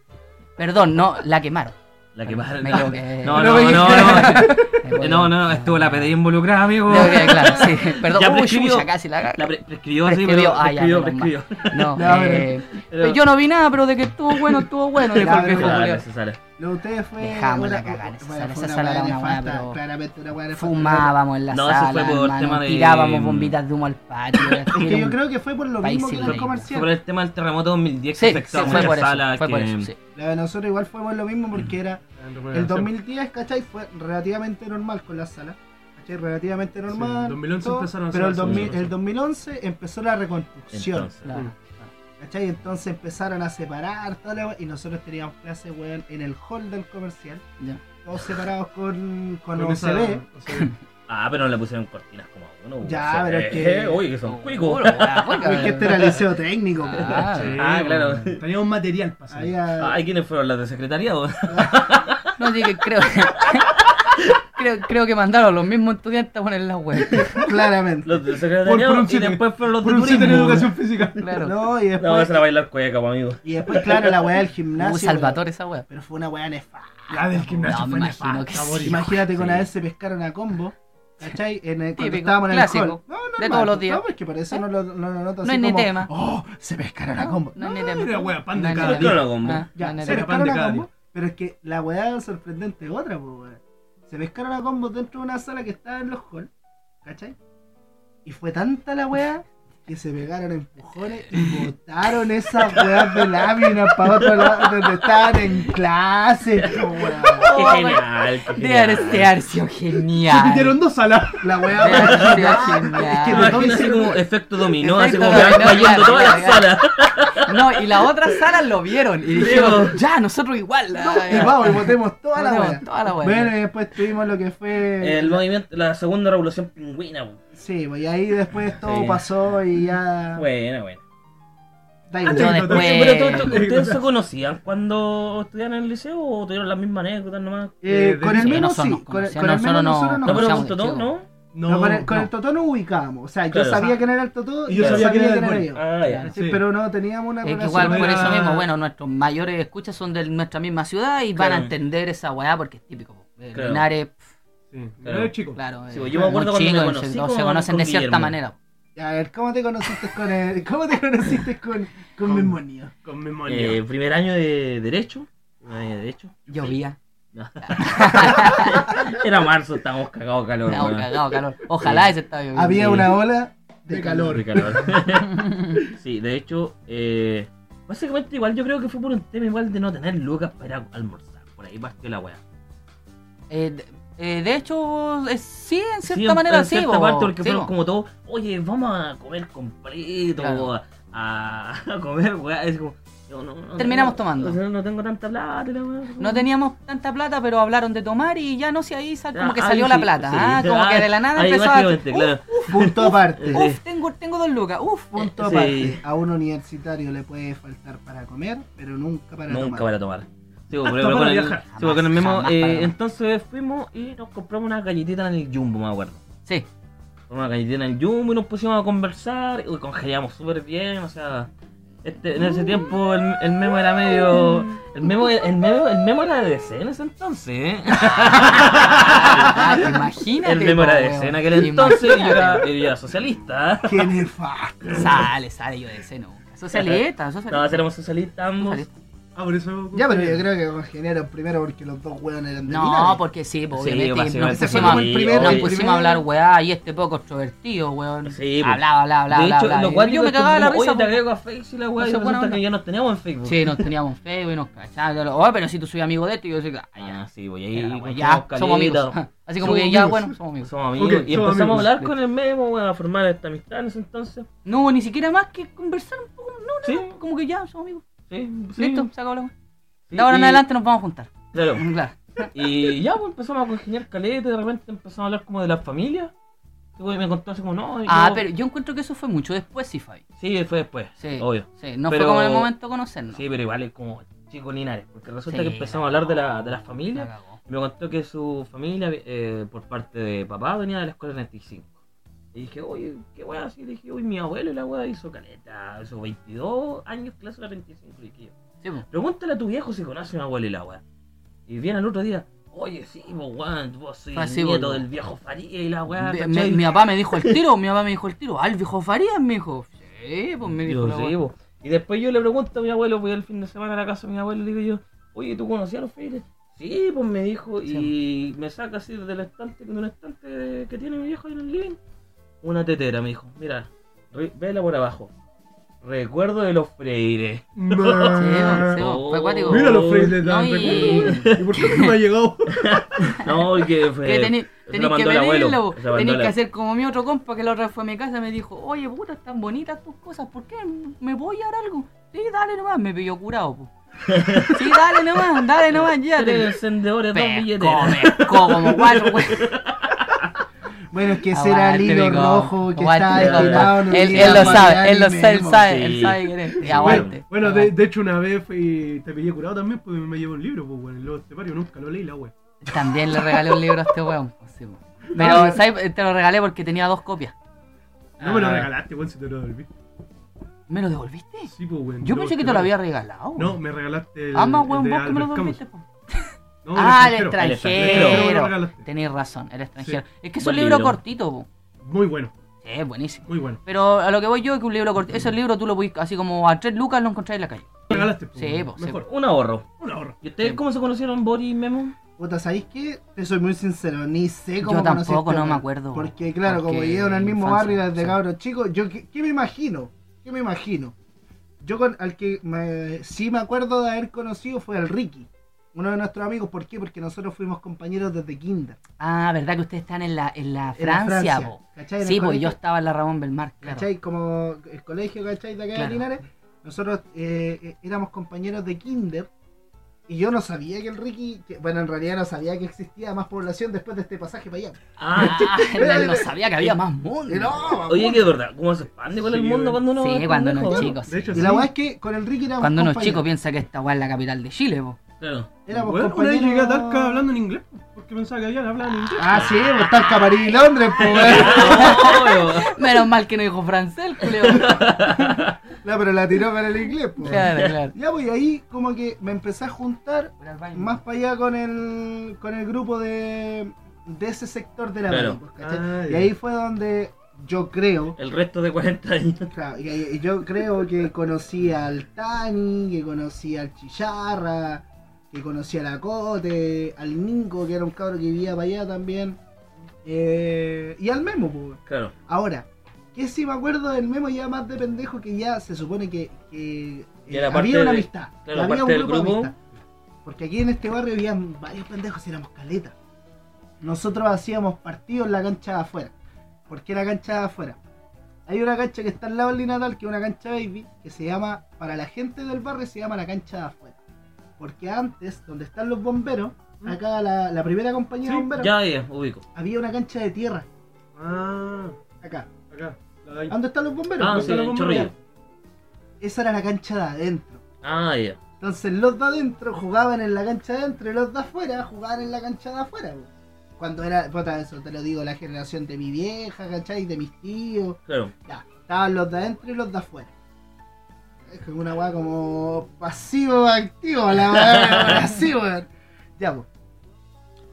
C: Perdón, no, la quemaron.
B: La quemaron.
C: Ah, Me equivoqué.
B: No, no,
C: Me
B: no,
C: equivoqué.
B: no.
C: Me equivoqué.
B: No, no, estuvo la PDI involucrada, amigo.
C: Me equivoqué, claro, sí. Perdón,
B: Ya
C: Uy,
B: prescribió.
C: chucha, casi la
B: La pre- prescribió,
C: Prescribió,
B: sí,
C: ah, ya,
B: pero prescribió,
C: menos
B: prescribió.
C: No,
A: No,
C: eh,
B: Pero-
C: yo no vi nada, pero de que estuvo bueno, estuvo bueno. dijo
A: Ya,
C: el viejo
A: pero-
B: Dale,
C: culiao.
B: esa sala.
A: Lo de ustedes fue.
C: Dejamos la
A: una-
C: cagada en esa
A: bueno,
C: sala,
A: fue una
C: esa sala era
A: weá
C: una weá,
A: nefasta,
C: pero-
A: Claramente una weá nefasta.
C: Fumábamos en la
B: No, eso
C: sala,
B: fue por
C: hermano,
B: tema de-
C: tirábamos bombitas de humo al patio.
A: Es
C: era
A: que yo
C: un-
A: creo que fue por lo
C: País
A: mismo que
C: sin
A: los
C: ley.
B: Fue por
A: comerciales.
B: el tema del terremoto 2010
C: Sí,
B: que
C: sí,
B: afectó a
C: fue
B: muchas
C: por eso,
B: salas.
C: fue por
B: que-
C: eso, sí.
A: La de nosotros igual fue por lo mismo
C: Mm.
A: porque era. El 2010, ¿cachai? Fue relativamente normal con la sala. ¿Cachai? Relativamente normal.
D: el 2011 empezaron a
A: Pero el,
D: hacer
A: 2000
D: eso.
A: el 2011 empezó la reconstrucción.
B: Entonces,
C: Claro.
A: ¿Cachai? Entonces empezaron a separar toda la we- y nosotros teníamos clase, weón, en el hall del comercial.
C: Ya.
A: Todos separados con, con,
D: Con esa-
A: OCB.
D: o sea,
B: Ah, pero no le pusieron cortinas como a uno.
A: Ya,
B: o sea,
A: pero es
B: eh,
A: que-
B: Oye, que son cuicos.
C: Puro, weá, weá,
A: Porque este era el liceo técnico, po,
C: Ah,
A: ¿cachai?
B: Ah, claro.
D: Teníamos material pasado.
A: Había-
B: Ay, ¿quiénes fueron las de secretariado?
C: No, sí que creo, creo. Creo que mandaron los mismos estudiantes a poner la web.
A: claramente.
B: Los de
D: Por- por
B: secretariado
D: un
B: y
D: siete.
B: después fueron los de
D: Por un sitio en
B: turismo.
D: educación física.
C: Claro.
A: No, y
B: No,
A: después,
B: vas a bailar cueca, po, amigo.
A: y después, claro, la weá del
C: Hubo
A: gimnasio.
C: Salvatore esa web.
A: Pero fue una weá nefasta.
D: La del
C: No,
D: gimnasio
C: me
D: fue
C: imagino
D: nefasta,
C: que sí.
D: Boris.
A: Imagínate que una
B: Sí.
A: vez se pescaron a combo, ¿cachai? En el, cuando
C: Típico,
A: estábamos en el
C: clásico,
A: hall. No, normal,
C: de todos los
A: no,
C: días.
A: No, es que por eso no lo, no lo noto
C: No
A: así
C: es ni
A: como,
C: tema.
A: Oh, se pescaron a combo.
C: No,
A: No,
C: ni
A: no,
C: tema.
D: Era wea, pan de
C: No,
D: cada
C: no,
B: día.
C: no, no, no.
B: Ah,
A: ya,
C: No, no,
A: se
D: era
C: no.
D: pan de
A: pescaron a
D: cada
A: combo.
D: día.
A: Pero es que la weá sorprendente es otra, pues, weón. Se pescaron a combo dentro de una sala que estaba en los halls, ¿cachai? Y fue tanta la weá que se pegaron empujones y botaron esas weas de láminas para otro lado donde estaban en clase, po, weón.
B: Qué genial. qué
C: Oh, De
B: genial.
C: Arce Arcio,
D: Se metieron
C: genial.
D: dos salas.
A: La
C: De
A: weá
C: Arce Arcio,
A: que
B: Me
A: no-
C: genial.
B: imagino pues, así como efecto dominó, así
C: Efecto
B: como que van
C: dominó,
B: cayendo
C: claro,
B: todas las salas.
C: claro. No, y las otras salas lo vieron y dijeron, ya, nosotros igual. ah,
A: Y
C: ya.
A: vamos, y votemos toda la
C: Votemos
A: weá.
C: toda la weá.
A: Bueno, y después tuvimos lo que fue.
B: El movimiento, la segunda revolución pingüina. po.
A: Sí, pues y ahí después todo
B: Sí.
A: pasó y ya.
B: Buena, buena.
A: Da
D: Antes
C: Yo
A: igual.
D: de
C: después-
D: contar-
B: Ah. Pero tú- tú-
D: Eh,
B: ¿ustedes se conocían cuando estudiaban en el liceo o tuvieron las mismas anécdotas nomás?
A: Eh,
D: Eh,
A: con
D: de-
A: el
C: Sí,
A: mismo
C: nosotros
A: sí,
C: nos
A: con, el-
C: conocíamos,
A: con el mismo
C: nosotros no-
A: nosotros nos
C: no
B: No, pero
A: conocíamos.
C: conocíamos
B: justo
C: de
B: no,
C: chico.
B: ¿no?
D: No,
A: No, con, el, con
D: no.
A: el Totó nos ubicábamos. O sea,
B: Claro.
A: yo sabía
D: Ajá.
A: quién era el Totó
D: Y yo sabía quién era el Boni.
A: yo.
B: Ah, ya.
A: ¿Cachai?
D: Sí.
A: Pero no teníamos una
C: Es que
A: relación.
C: igual por
D: era-
C: eso mismo, bueno, nuestros mayores escuchas son de nuestra misma ciudad y van a
B: Claro.
C: entender esa weá porque es típico. po. Eh,
B: Claro.
C: Linares, pf,
D: Sí,
B: Claro.
D: era el chico.
C: claro.
B: Sí, pues,
C: eh,
B: yo me
C: muy
B: acuerdo cuando me
C: chicos,
B: conocí
C: se- todos se
B: con-
C: conocen
B: con
C: de cierta
B: Guillermo.
C: manera.
A: A ver, ¿cómo te conociste con el, ¿Cómo te conociste con, con,
D: Con-
A: Memónio?
D: Con memoria.
B: Eh, primer año de Derecho. primer año de Derecho.
C: Llovía,
B: No. Era marzo, estábamos cagados de calor.
C: estaba
B: weón.
C: cagado, calor. Ojalá
B: Sí.
C: ese estaba lloviendo.
A: Había
B: Sí.
A: una ola de
D: De
A: calor.
B: De calor. sí, de hecho, eh, básicamente igual yo creo que fue por un tema igual de no tener lucas para ir a almorzar. Por ahí partió la weá.
C: Eh, de- eh, de hecho, eh, sí, en cierta
B: en-
C: manera
B: en
C: sí.
B: cierta
C: po.
B: parte, porque
C: Sí,
B: fueron
C: po.
B: como todos, oye, vamos a comer completo,
C: Claro.
B: a, a comer, weá. Es como, yo no- no
C: Terminamos
B: tengo-
C: tomando.
B: No, no tengo tanta plata, la weá.
C: No teníamos tanta plata, pero hablaron de tomar y ya no sé, ahí sal- como que
B: Ah,
C: salió
B: sí,
C: la plata.
B: sí.
C: ah, como que de la nada
B: Ahí
C: empezó a... ¡Uh!
B: básicamente, claro.
A: Punto
D: Oh,
A: aparte.
B: Sí.
C: Uf, tengo, tengo dos lucas, uf.
A: Punto
B: Eh, Sí.
A: aparte. A un universitario le puede faltar para comer, pero nunca para
B: Nunca
A: tomar.
B: para tomar. Sí,
D: Hasta
B: pero con
D: para
B: el-
D: viajar.
B: sí, pero con el mismo,
C: Jamás, jamás
B: eh,
C: para tomar.
B: entonces fuimos y nos compramos una galletita en el Jumbo, me acuerdo.
C: Sí,
B: Compramos una galletita en el Jumbo y nos pusimos a conversar y congelamos súper bien, o sea... Este, en ese tiempo el, el memo era medio... El memo, el, memo, el memo era de DC en ese entonces, ¿eh?
C: Ah, imagínate.
B: El memo
C: po,
B: era de
C: weón.
B: DC en aquel entonces y yo era,
C: Imagínate.
B: yo era socialista. ¿eh?
A: Qué nefasto.
C: Sale, sale yo de ese nunca. Socialista,
B: No,
C: socialista.
B: éramos socialistas ambos.
C: Socialista.
D: Ah, por eso.
A: Ya, pero yo creo que congeniaron primero porque los dos hueones eran de
C: No,
A: Linares.
C: porque sí, po,
B: Sí,
C: obviamente. nos
B: básicamente
A: Ese fue
C: pusimos,
A: como
C: a-
A: el
B: sí,
A: primero,
C: nos
B: obvio.
A: el
C: pusimos a hablar, weá, y este poco extrovertido, weón.
B: Sí, po.
C: hablaba, hablaba, hablaba.
B: de hecho,
C: hablaba,
B: lo
C: y
B: cual
C: yo me cagaba la risa.
B: Oye, te
C: po.
B: agrego a Facebook y la weá,
C: No
B: y
C: sé, buena
B: resulta
C: onda.
B: que ya nos teníamos en Facebook.
C: Sí, nos teníamos feo y nos cachábamos. Oh, pero si tú soy amigo de esto, y yo decía, ah, ya,
B: Ah, sí, voy
C: ya,
B: ahí.
C: weón, ya, somos amigos. Así como
D: Somos
C: que ya,
D: amigos.
C: bueno, somos amigos.
B: Somos amigos.
D: Ok,
B: y
D: somos
B: empezamos
D: amigos.
B: a hablar con el memo, weón, a formar esta amistad en ese entonces.
C: No hubo ni siquiera más que conversar un poco, no, no,
B: Sí.
C: no, como que ya, somos amigos.
B: Sí, sí,
C: Listo, se acabó la weá.
B: sí,
C: De ahora en
B: y-
C: adelante nos vamos a juntar.
B: Claro.
C: Claro.
B: Y ya, pues empezamos a congeniar caleta, de repente empezamos a hablar como de la familia. Y güey, me contó así como, no.
C: Ah,
B: yo-
C: pero yo encuentro que eso fue mucho después, sí, Fabi.
B: Sí, fue después,
C: Sí,
B: obvio.
C: sí, no
B: Pero-
C: fue como en el momento de conocernos.
B: Sí, pero igual es como chico Linares, porque resulta
C: Sí,
B: que empezamos a hablar de la, de la familia.
C: La cagó.
B: Me contó que su familia, eh, por parte de papá, venía de la escuela 95. Y dije, oye, qué weá, así. Le dije, uy, mi abuelo, la weá hizo caleta, hizo 22 años clase de 35. Y dije,
C: Sí, po.
B: pregúntale a tu viejo si conoce a mi abuelo y la weá. Y viene al otro día, oye, sí, vos, weón, vos soy
C: Ah,
B: el
C: sí, vos,
B: nieto
C: vos.
B: del viejo Faría y la weá.
C: Ve- me-
B: ¿cachai?
C: mi papá me dijo el tiro, mi papá me dijo el tiro. Ah, el viejo Farías me dijo. Sí, pues me dijo.
B: Yo,
C: la
B: sí,
C: weá.
B: po. Y después yo le pregunto a mi abuelo, voy el fin de semana a la casa de mi abuelo y le digo yo, oye, ¿tú conocías a los Freires? Sí, pues me dijo, y me saca así del estante, de un estante de- que tiene mi viejo ahí en el living, una tetera, me dijo, mira, re- vela por abajo. Recuerdo de los Freires.
C: Sí,
D: Mira
C: po, fue acuático.
B: Mira
D: los frailes
C: No,
D: tan
C: y-
D: recuerdo. ¿Y por qué no me ha llegado?
B: No, y que fue.
C: Que teni-
B: se lo
C: tenéis que
B: mandó el abuelo,
C: venirlo,
B: se lo mandó
C: tenéis
B: el-
C: que hacer como mi otro compa que la otra vez fue a mi casa me dijo, oye puta, están bonitas tus cosas, ¿por qué? ¿Me voy a dar algo? Sí, dale nomás, me pilló curado, po. Sí, dale nomás, dale nomás, ya
B: Tres
C: te
B: encendedores, dos
C: pescó,
B: billeteras.
C: pescó como cuatro, güey.
A: ah, Bueno, es que ese era el
C: Aguante,
A: hilo
C: Nico.
A: rojo que estaba
C: Aguante, Nico.
A: destilado. en un
C: Él,
A: día
C: él lo
A: para
C: sabe, él lo
A: Dani
C: sabe, él
A: Memo.
C: sabe,
B: Sí.
C: él sabe que eres. Y
B: Sí,
C: aguante.
D: Bueno, de,
C: aguante.
D: de hecho una vez fui- te pillé curado también porque me llevo un libro, pues, bueno, el lobo estepario, nunca lo leí, la wea.
C: También le regalé un libro a este weón. pues, sí, po.
D: No,
C: Pero, ¿sabes? Te lo regalé porque tenía dos copias.
D: No me lo
B: Ah.
D: regalaste, weón, si te lo devolví.
C: ¿Me lo devolviste?
D: Sí, pues, weón.
C: Yo
D: Lobo
C: pensé que te lo había
D: Estepario.
C: regalado.
D: No, me regalaste el.
C: Ah, más
D: el
C: weón,
D: de
C: vos que me lo
D: Albert Camus.
C: devolviste, po.
D: No,
C: Ah, el
D: extranjero.
B: El
D: extranjero me lo
C: extranjero.
D: regalaste.
C: Tenéis razón, el extranjero. Es que es
B: Buen
C: un libro
B: libro.
C: cortito, po.
D: Muy bueno,
C: Sí, es buenísimo.
D: muy bueno.
C: Pero a lo que voy yo es que un libro cortito. Ese libro tú lo podís, así como a tres lucas lo encontráis en la calle.
D: Lo regalaste, pues,
C: Sí,
D: weón.
C: pues, sí,
D: Mejor.
B: Un ahorro.
D: Un ahorro.
B: ¿Y ustedes
C: Sí.
B: cómo se conocieron, Boris y Memo?
A: Puta, ¿sabéis qué? Te soy muy sincero, ni sé cómo
C: Yo tampoco,
A: conocí a este
C: no me
A: weón.
C: acuerdo.
A: Porque, claro, como
C: Porque
A: vivieron en el mismo
C: infancia,
A: barrio desde
C: sí.
A: cabros chicos, yo, ¿qué, qué me imagino? ¿Qué me imagino? Yo con, al que me- sí me acuerdo de haber conocido fue al Ricky, uno de nuestros amigos. ¿Por qué? Porque nosotros fuimos compañeros desde kinder.
C: Ah, ¿verdad que ustedes están en la, en la
A: en la
C: Francia, po?
A: ¿cachai? En el
C: Sí, pues yo
A: colegio,
C: estaba en la Ramón Belmar, claro.
A: ¿Cachai? Como el colegio, ¿cachai? De acá
C: Claro.
A: de Linares. Nosotros eh, eh, éramos compañeros de kinder. Y yo no sabía que el Ricky, que- bueno, en realidad no sabía que existía más población después de este pasaje para allá.
B: Este
C: Ah, él no sabía que había más mundo.
A: Y no,
B: Oye, que de verdad, ¿cómo se expande con el
D: Sí,
B: mundo
D: bueno.
B: cuando uno
C: Sí,
B: es
C: cuando
B: pendejo,
C: uno es
B: no?
C: chico. sí.
D: De hecho,
A: Y la weá es que con el Ricky éramos
C: Cuando uno es
A: compañeros.
C: chico piensa que esta weá es la capital de Chile, po.
B: Claro.
A: Éramos
D: Bueno, una vez
A: compañeros-
D: llegué a Talca hablando en inglés, porque pensaba que habían hablado en inglés.
A: Ah, sí, pues está el Camarín y Londres, pues. weón.
C: Menos mal que no dijo francés, el culeo.
A: No, pero la tiró para el inglés, pues.
C: Claro, claro.
A: Ya, pues y ahí como que me empecé a juntar más para allá con el, con el grupo de, de ese sector de la
B: Claro.
A: mano, pues, ¿cachai?
D: Ah,
A: Y
D: ya.
A: ahí fue donde yo creo,
B: El resto de 40 años.
A: claro, y, ahí- y yo creo que conocí al Tani, que conocí al Chillarra, que conocí al Acote, al Ninco, que era un cabro que vivía para allá también, eh, y al Memo, pues.
B: Claro.
A: Ahora, que si me acuerdo del memo ya más de pendejo que ya se supone que, que, eh,
B: Que era parte
A: había una
B: de-
A: amistad.
B: claro,
A: había
B: parte
A: un
B: del
A: grupo de
B: grupo.
A: amistad. Porque aquí en este barrio había varios pendejos y éramos caleta. Nosotros hacíamos partidos en la cancha de afuera. ¿Por qué la cancha de afuera? Hay una cancha que está al lado del Natal, que es una cancha baby, que se llama, para la gente del barrio se llama la cancha de afuera. Porque antes, donde están los bomberos, acá la, la primera compañía
D: Sí,
A: de bomberos,
B: Ya, ya, ubico.
A: había una cancha de tierra,
D: Ah,
A: acá.
D: acá. La de ahí.
A: ¿Dónde están los bomberos?
B: Ah,
A: ¿Dónde
B: sí,
A: están los
B: en
A: bomberos?
B: Chorrillo.
A: esa era la cancha de adentro.
B: Ah, ya.
A: Entonces los de adentro jugaban en la cancha de adentro y los de afuera jugaban en la cancha de afuera. po. Cuando era, puta, eso te lo digo, la generación de mi vieja, ¿cachai? De mis tíos,
B: Claro.
A: ya. Estaban los de adentro y los de afuera. Es como una weá como pasivo-activo, la weá así, weón. Ya, pues.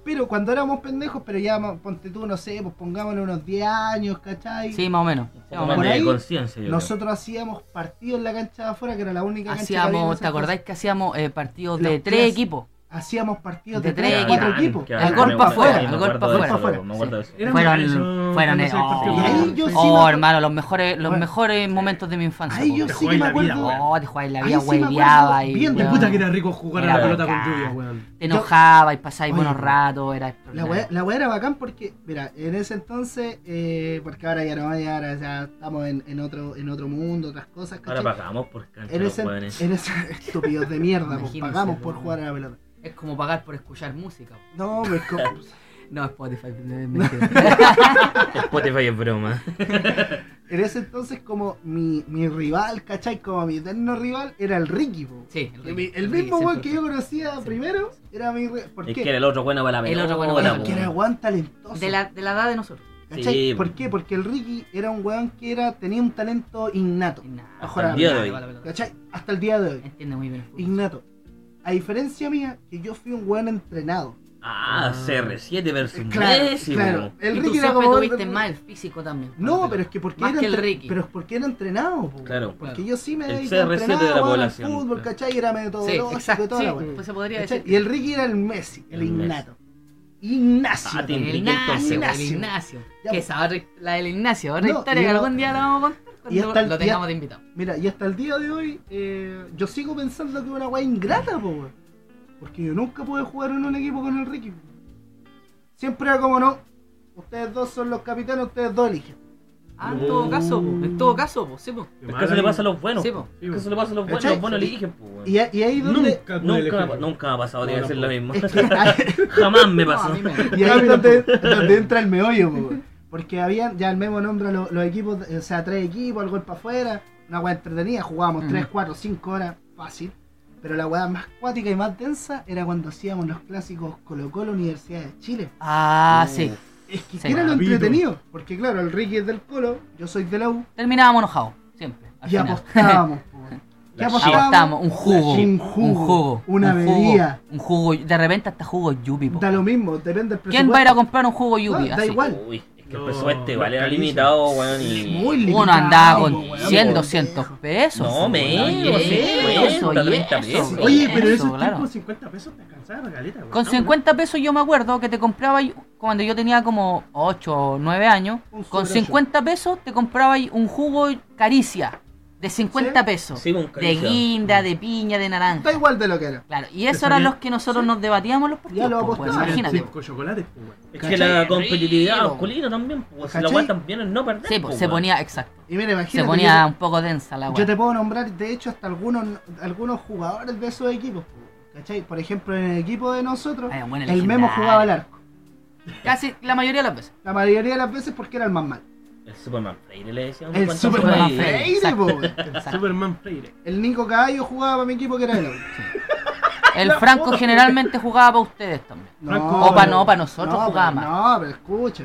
A: Pero cuando éramos pendejos, pero ya, ponte tú, no sé, pues pongámosle unos 10 años, ¿cachai?
C: Sí, más o menos.
B: Un
C: Sí,
B: poco
C: más
A: Por
C: o
B: más
C: menos.
A: ahí,
B: de conciencia, yo creo.
A: Nosotros hacíamos partidos en la cancha de afuera, que era la única cancha que había en
C: Hacíamos,
A: esa
C: ¿te acordáis que hacíamos eh, partidos de
A: Los
C: tres
A: tres.
C: equipos?
A: hacíamos partidos
C: De
A: de,
C: tres
A: tres a cuatro
B: Gran,
A: equipos.
B: que
A: Al
B: bacán,
A: gol
B: me
A: pa'
B: acuerdo
A: fuera,
B: de eso,
C: al
B: me
C: gol pa'
B: acuerdo de
A: fuera.
B: eso, loco, Me acuerdo de eso.
D: Era
C: Fueron,
D: bacán eso,
C: fueron,
D: cuando
C: eh,
D: se partió.
C: oh,
A: Y ahí yo sí
C: oh,
A: me-
C: hermano, los mejores, los
A: Bueno.
C: mejores momentos de mi infancia.
A: Ahí
C: po,
A: yo
D: Te
A: sí que
D: jugáis
A: me
D: la vida,
A: acuerdo.
C: Oh, te jugabas la
A: Ahí
C: vida,
A: sí me acuerdo
C: hueveaba y
A: bien,
D: Y
A: de
C: weón,
D: puta que era rico jugar
C: Era
D: a la pelota
C: bacán.
D: con lluvia, weón.
C: te enojabas y pasabais
A: Oye,
C: buenos ratos, era
A: La weá, la weá era bacán porque, mira, en ese entonces, eh, porque ahora ya no, ya, ahora ya estamos en, en otro en otro mundo, otras cosas,
B: Ahora
A: ¿cachai?
B: pagamos por cancha
A: en
B: los
A: ese,
B: jóvenes.
A: en ese estúpidos de mierda, pues,
C: Imagínense,
A: pagamos
C: weón.
A: por jugar a la pelota.
C: Es como pagar por escuchar música. po.
A: No, pues como-
C: No, Spotify, es mentira.
B: Spotify es broma.
A: en ese entonces como mi, mi rival, ¿cachai? Como mi eterno rival era el Ricky, po.
C: sí,
A: El,
C: Ricky,
A: el
C: Ricky
A: mismo
C: siempre
A: weón que yo
C: fue.
A: conocía
C: Sí.
A: primero era mi rival. ¿Por
B: Es
A: qué?
B: que era el otro bueno para la
C: El
B: pelota.
C: otro bueno
A: Era
C: para la
B: po.
A: porque era weón talentoso.
C: De la, de la edad de nosotros.
A: ¿Cachai?
B: Sí,
A: ¿Por
B: po.
A: qué? Porque el Ricky era un weón que era, tenía un talento innato.
C: Nah,
A: Mejor
B: el día de
C: nah,
B: hoy.
C: vale, vale, vale.
A: ¿Cachai? Hasta el día de hoy.
C: Entiende muy bien el fútbol.
A: Innato. A diferencia mía, que yo fui un weón entrenado.
B: Ah, CR7 versus Messi, po.
A: El
C: y tú
A: Ricky era
C: siempre
A: como.
C: tuviste más el físico también.
A: No, pero es que porque
C: Más
A: era
C: que el
A: entre-
C: Ricky.
A: Pero es porque era entrenado, po.
B: Claro.
A: Porque
C: Claro.
A: yo sí me
B: El
A: dediqué a
B: CR7 de la
A: entrenar, weón, al
B: población,
A: fútbol,
B: claro.
A: ¿cachai? Era
C: Sí,
A: metodológico y
C: exacto.
A: toda
C: Sí,
A: la weón.
C: pues se podría
A: ¿Cachai?
C: decir.
A: Y el Ricky era el Messi, el,
B: El Messi.
A: innato. Ignacio.
B: Ah, tiene-
C: El
B: Enrique, entonces,
C: Ignacio,
A: weón.
C: el Ignacio.
A: Ya,
C: Que
A: pues.
C: esa otra- la del Ignacio, otra
A: No,
C: historia
A: y
C: que
A: yo-
C: algún día la vamos a contar
A: y
C: cuando
A: hasta el
C: lo
A: día-
C: tengamos de invitado.
A: Mira, y hasta el día de hoy eh, yo sigo pensando que es una weá ingrata, po, weón. Porque yo nunca pude jugar en un equipo con el Ricky. Siempre era como no. Ustedes dos son los capitanes, ustedes dos eligen.
C: Ah, en
A: Uh.
C: todo caso, po, en todo caso, po, sí, po.
B: Es que eso le pasa a los buenos.
C: Sí,
B: po.
C: po.
B: Es que eso le pasa a los buenos.
A: ¿Cachai?
B: Los buenos eligen, po, weón.
A: Y, a- y ahí donde.
D: Nunca pude
B: Nunca,
D: elegir.
B: nunca me ha pasado, debe
D: No,
B: ser
D: no
B: la misma.
A: Es que ahí-
B: Jamás me
C: No, a
B: pasó.
C: mí me-
A: y ahí donde, donde entra el meollo, po, weón. Porque habían, ya el Memo nombra lo- los, equipos, eh, o sea, tres equipos, el gol para afuera. Una weá entretenida, jugábamos
C: Ujú.
A: 3, 4, 5 horas, fácil. Pero la weá más cuática y más densa era cuando hacíamos los clásicos Colo-Colo Universidad de Chile.
C: Ah, sí.
A: Es que
C: Sí.
A: era lo
D: Capito.
A: entretenido, porque claro, el Ricky es del Colo, yo soy de la U,
C: Terminábamos enojados, siempre. al
A: y
C: final.
A: apostábamos. po. ¿Qué
B: La
C: Apostábamos un jugo,
A: Un
C: un
A: jugo,
C: jugo,
A: una
C: un jugo,
A: bebida.
C: un jugo, de repente hasta jugo yupi. po.
A: Da lo mismo, depende del presupuesto.
C: ¿Quién va a ir a comprar un jugo yupi?
A: No, da
C: así?
A: igual.
B: Uy, es que el
D: No,
B: presupuesto igual
D: no,
B: era
D: carísimo.
B: limitado, weón. Y...
A: Muy limitado,
C: Uno andaba
A: po,
C: con
A: weón,
C: 100,
A: po.
C: 200 pesos.
B: No, menos,
C: Eso,
B: sí,
C: eso,
B: 40, 30
C: eso,
B: pesos.
C: eso,
D: Oye, pero en esos
C: claro.
D: tiempos 50 pesos te alcanzaba la caleta, weón.
C: Con
D: No,
C: 50 pesos yo me acuerdo que te compraba ahí cuando yo tenía como 8 o 9 años.
A: Un
C: Con
A: sobre
C: 50 pesos te compraba ahí un jugo caricia de 50
A: Sí. Mm.
C: pesos.
B: Sí, un
C: de
B: caricia.
C: guinda, de piña, de
A: Da
C: naranja.
A: igual de lo que era.
C: Claro, y eso
D: Te
C: eran
D: salía-
C: los que nosotros nos debatíamos los partidos.
A: lo
C: po, pues,
A: apostaba.
D: eran
C: imagínate.
D: Cinco chocolates, pues, weón.
B: Es
A: ¿Cachai?
B: que la
C: Rico.
B: competitividad masculina también, pues si la
A: ¿Cachai?
B: weá también es no perder.
C: Sí, po,
B: po,
C: se
B: weón.
C: ponía, exacto.
A: Y mira, imagínate,
C: Se ponía
A: yo,
C: un poco densa la
A: yo
C: weá.
A: te puedo nombrar, de hecho, hasta algunos algunos jugadores de esos equipos. po, ¿Cachai? Por ejemplo, en el equipo de nosotros,
C: Ay, bueno,
A: el Memo
C: legendario.
A: jugaba al arco.
C: Casi la mayoría de las veces.
A: La mayoría de las veces porque era el más mal.
B: El Superman Freire le decíamos.
A: El
B: cuando
A: Superman
B: fue-
A: Freire,
C: Exacto.
A: po, weón.
C: Exacto.
D: Superman Freire.
A: El Nico Caballo jugaba para mi equipo que era el otro.
C: El Franco generalmente jugaba para ustedes también.
D: Franco.
C: O para no, para nosotros jugaba
A: pero-
C: más.
A: No, pero escucha.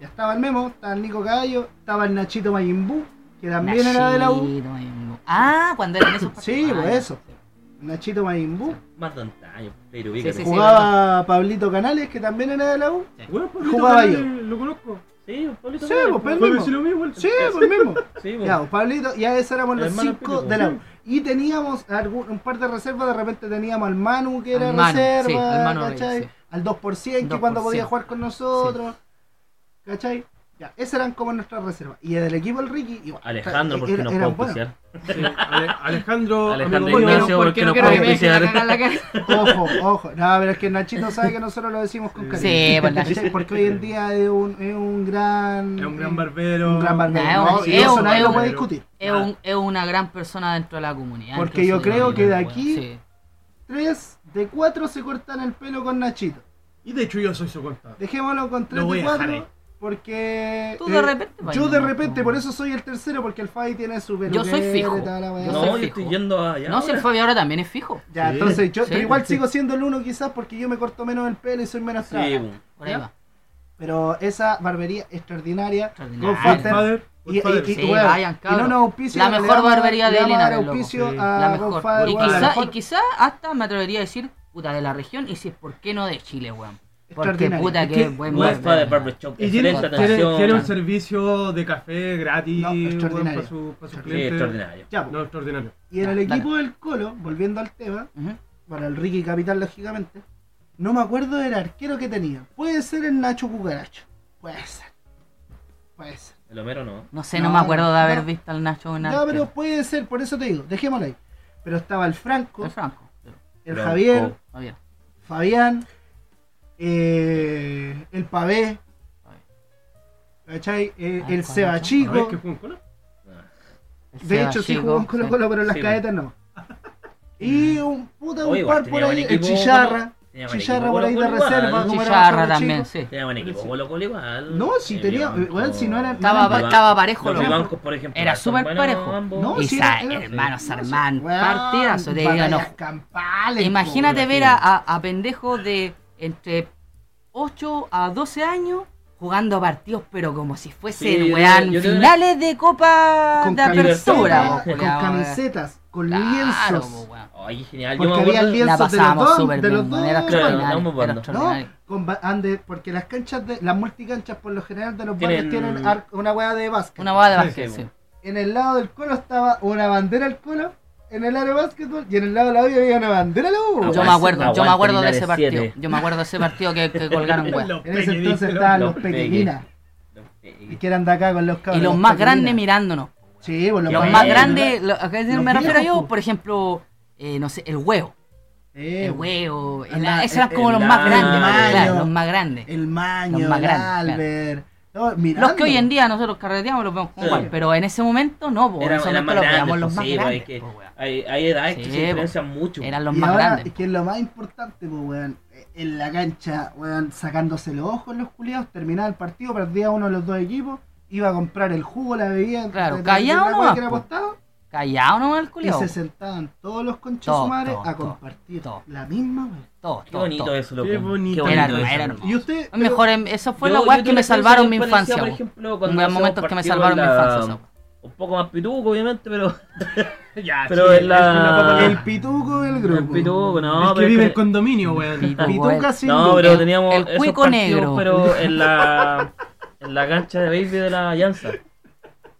A: Ya estaba el Memo, estaba el Nico Gallo, estaba el Nachito Mayimbu, que también era de la U.
C: Nachito, Mayimbu. Ah, cuando eran esos
A: Sí,
C: partidos.
A: pues
C: Ah,
A: eso. Nachito Mayimbu.
B: Más de antaño, pero ubícate.
C: Sí, sí, sí.
A: Jugaba Pablito Canales, que también era de la U.
D: Bueno, Pablito
A: Jugaba
D: Canales,
A: yo.
D: pues, Lo conozco.
B: Sí, un Pablito
A: Sí,
B: Canales,
A: pues,
D: Fue
A: mismo.
D: vecino mío, igual.
A: Sí, pues el mismo.
B: Sí,
A: Ya,
B: bueno.
A: pues, Pablito, ya esos éramos
B: El
A: los
B: hermano
A: cinco
B: Pico.
A: de la U. Y teníamos algún, un par de reservas, de repente teníamos al Manu, que era
C: Al Manu,
A: reserva,
C: sí, al Manu Reyes,
A: ¿cachai?
C: sí.
A: Al 2%, que
C: 2%,
A: cuando podía jugar con nosotros, ¿cachai? Ya, esas eran como nuestras reservas. Y del equipo del Ricky, igual.
B: Alejandro,
A: Eh,
B: porque
A: era-
B: nos puede
A: eran buenos.
B: auspiciar.
D: Sí, Ale- Alejandro.
B: Alejandro
D: amigo mío,
B: Ignacio,
C: ¿por
B: porque
C: qué no
B: nos
C: quiero
B: puede
C: que me dejen la
B: auspiciar.
C: caga en la cara?
A: Ojo, ojo. No, pero es que Nachito sabe que nosotros lo decimos con cariño.
C: Sí, pues, la-
A: ¿Cachai? Porque hoy en día es un, es un gran.
D: Es un gran barbero.
A: Un gran barbero.
C: Nah,
A: No,
C: es
A: y
C: un-
A: eso
C: es
A: nadie lo
C: un-
A: puede discutir.
C: Es, un- es una gran persona dentro de la comunidad.
A: Porque
C: entonces
A: yo creo
C: digo,
A: que de
C: bueno,
A: aquí-
C: sí.
A: Tres de cuatro se cortan el pelo con Nachito.
D: Y de hecho, yo soy su contador.
A: Dejémoslo con tres
D: Lo voy
A: de
D: a dejar
A: cuatro.
D: ahí.
A: Porque.
C: Tú de
A: eh,
C: repente vas
A: Yo de
C: nomás, pues.
A: repente,
C: po.
A: por eso soy el tercero, porque el Fabi tiene su pelo.
C: Yo soy fijo. Yo soy
B: No, yo
C: fijo.
B: estoy yendo allá.
C: No, si el
B: ahora.
C: Fabi ahora también es fijo.
A: Ya,
D: Sí.
A: entonces yo.
C: Sí,
A: pero igual
C: sí.
A: sigo siendo el uno, quizás, porque yo me corto menos el pelo y soy menos
B: Sí,
A: traga.
B: bueno.
C: Por ahí
A: ¿Ya?
C: va.
A: Pero esa barbería extraordinaria.
C: Extraordinaria.
A: Go Faster.
D: Godfather,
A: Y, y-
D: Godfather.
A: y-
C: Sí,
A: weón,
C: vayan,
A: y no
C: cabros.
A: nos auspicia,
C: La
A: le
C: mejor
A: vamos a-
C: barbería
A: le
C: de
A: vamos a dar
C: Linares, loco.
A: auspicio
D: Sí.
A: a
C: La mejor.
A: Godfather,
C: y
A: weón, la
C: quizá,
A: mejor.
C: y quizá hasta me atrevería a decir, puta, de la región, y si es por qué no de Chile, weón. Porque
A: Extraordinario.
C: puta
D: Es
C: que,
D: que
C: es buen
B: Muestra de
C: barbero.
B: Barber Shop.
D: Y tiene,
B: excelente
D: tiene-
B: atención.
D: tiene un servicio de café gratis
A: No,
D: weón,
A: extraordinario.
D: para su- para sus
B: Sí,
D: clientes.
B: extraordinario.
A: Ya, po.
D: No, extraordinario.
A: y en el
C: Dale.
A: equipo del Colo, volviendo al tema,
C: Ujú.
A: para el Ricky Capital, lógicamente, no me acuerdo del arquero que tenía. Puede ser el Nacho Cucaracho. Puede ser. Puede ser.
B: El Homero no.
C: No sé,
A: No,
C: no, me acuerdo de haber
A: no.
C: visto al Nacho en
A: No,
C: arte.
A: pero puede ser, por eso te digo, dejémoslo ahí. Pero estaba el Franco,
C: El Franco. pero,
A: el
B: Franco.
A: Javier,
C: Javier.
A: Fabián, eh, el Pavé, ¿cachai? Eh,
C: Ah,
A: el
C: Juan
D: A ver
A: Sebachico.
D: qué juegan con él.
C: El
A: De
C: Seba
A: hecho, sí
C: Chico,
A: jugó en Colo
C: sí.
A: Colo, pero en las
B: Sí,
A: cadetas no. Y un puta, un
B: Oye, igual
A: par por
B: tenía buen
A: ahí. El
B: equipo,
A: Chicharra.
B: Tenía buen
A: Chicharra
B: equipo,
A: por ahí de
B: Colo Colo igual.
A: reserva. como era
C: Chicharra
A: Colo
C: también,
A: Chico.
C: sí.
B: Tenía buen equipo. Colo Colo igual.
A: No, sí,
B: Eh,
A: tenía-
B: Vivanco.
A: bueno, si no eran-
C: Estaba-
B: Vivanco-
C: estaba parejo,
B: Los
A: loco.
B: Vivancos, por ejemplo.
C: Era
B: eran
C: súper
B: buenos
C: parejo.
B: ambos.
A: No,
C: Y
A: sí,
C: sa-
A: era- era-
C: hermano Sarmán,
A: Weón,
C: partidazo. Te digo, no,
A: batallas campales,
C: Imagínate
B: po,
C: ver a,
B: imagínate.
C: a, a pendejos de entre 8 a 12 años jugando a partidos, pero como si fuesen,
B: Sí, yo
C: weón,
B: tengo- yo tengo
C: finales de Copa
A: po. Con
C: de
A: camisetas,
C: Apertura.
A: con
C: vos, culiao, weón.
A: camisetas, con
C: Claro,
A: lienzos.
C: po, weón.
B: Ay, qué genial. Yo
A: Porque
B: me
A: había
B: acuerdo.
A: lienzos
C: La
A: de los
C: pasábamos
A: dos-
C: súper
A: de los
C: bien, weón, era
A: dos,
B: Claro,
C: extraordinario,
B: estamos
C: era
B: jugando.
A: No,
C: extraordinario.
A: con ba- ande- porque las canchas de las multicanchas por lo general de los barrios
B: Tienen-
A: tienen ar- una hueá de básquet.
C: Una boda de
B: Sí,
C: básquet,
B: sí,
C: sí.
A: En el lado del colo estaba una bandera al colo, en el área de básquetbol y en el lado de la olla había una bandera al U.
C: Yo
B: Aguante-
C: me acuerdo, yo me aguardo de
B: aguante
C: ese
B: Linares
C: partido.
B: siete.
C: Yo me acuerdo de ese partido que, que colgaron, weón.
D: Los
A: En ese
D: pequeños,
A: entonces
D: los-
A: estaban los
B: los peque.
A: pequeñinas,
B: Sí.
A: que eran de acá con los cabros.
C: Y los más
A: pequeñinas.
C: grandes mirándonos.
A: Sí, pues los,
C: Los
B: Bueno,
C: más
B: eh,
C: grandes, lo- a qué me
A: los
C: refiero
A: viejos,
C: yo,
A: po.
C: por ejemplo, eh, no sé, el huevo.
A: Eh,
C: El huevo, el-
A: Anda,
C: esos eran
A: el-
C: como los
B: el
C: más grandes,
A: Mario.
C: claro, los más grandes.
A: El maño,
C: Los más
A: el
C: grandes,
A: Albert. No,
C: Los
A: mirando.
C: que hoy en día nosotros carreteamos los vemos como
B: Sí.
C: igual, pero en ese momento no, po, en
B: Eran-
C: ese
B: eran
C: momento
B: más
C: los veíamos
B: grandes,
C: los
B: pues,
C: más
B: sí, pues,
C: grandes.
B: es que-
C: po, weón.
B: Hay, hay edades que
C: Sí,
B: se
C: po.
B: diferencian mucho.
C: Eran los
A: y
C: más
A: ahora,
C: grandes.
A: Que es lo más importante, pues, weón. eh, En la cancha, weón, sacándose los ojos los culiados, terminaba el partido, perdía uno de los dos equipos, iba a comprar el jugo, la bebida,
C: Claro,
A: de- de- de la
C: callado
A: weá
C: nomás,
A: que era
C: po.
A: apostado,
C: Callado nomás el
A: y
C: culiao.
A: se sentaban todos los conchas
C: Todo,
A: su madre
C: todo,
A: a
C: todo,
A: compartir
C: todo.
A: la misma, weón.
C: Todo,
B: Qué
C: todo,
B: bonito
C: todo.
B: eso, loco.
D: Qué bonito.
C: Era-
B: eso.
C: era hermoso.
A: Y usted, pero-
C: Mejor, en- eso fue
B: Yo-
C: la
B: yo
C: weá que
B: tuve
C: me
B: una
C: salvaron mi
B: experiencia
C: infancia.
B: por
C: po.
B: ejemplo, cuando
C: Un buen
B: hacíamos
C: momentos que me
B: partidos
C: salvaron mi
B: en la-
C: infancia. esa weá.
B: Un poco más pituco, obviamente, pero.
D: Ya,
B: Pero
D: sí,
B: en la-
D: es papa que-
A: el pituco del grupo.
B: El pituco, no,
D: el que
B: pero
D: vive
B: es
D: en condominio, weón.
C: Pituco,
A: Pituca
C: weón.
A: sin
B: No,
A: duda.
B: pero teníamos
C: el
B: esos
C: cuico
B: partidos,
C: negro.
B: Pero en la en la cancha de baby de la Alianza.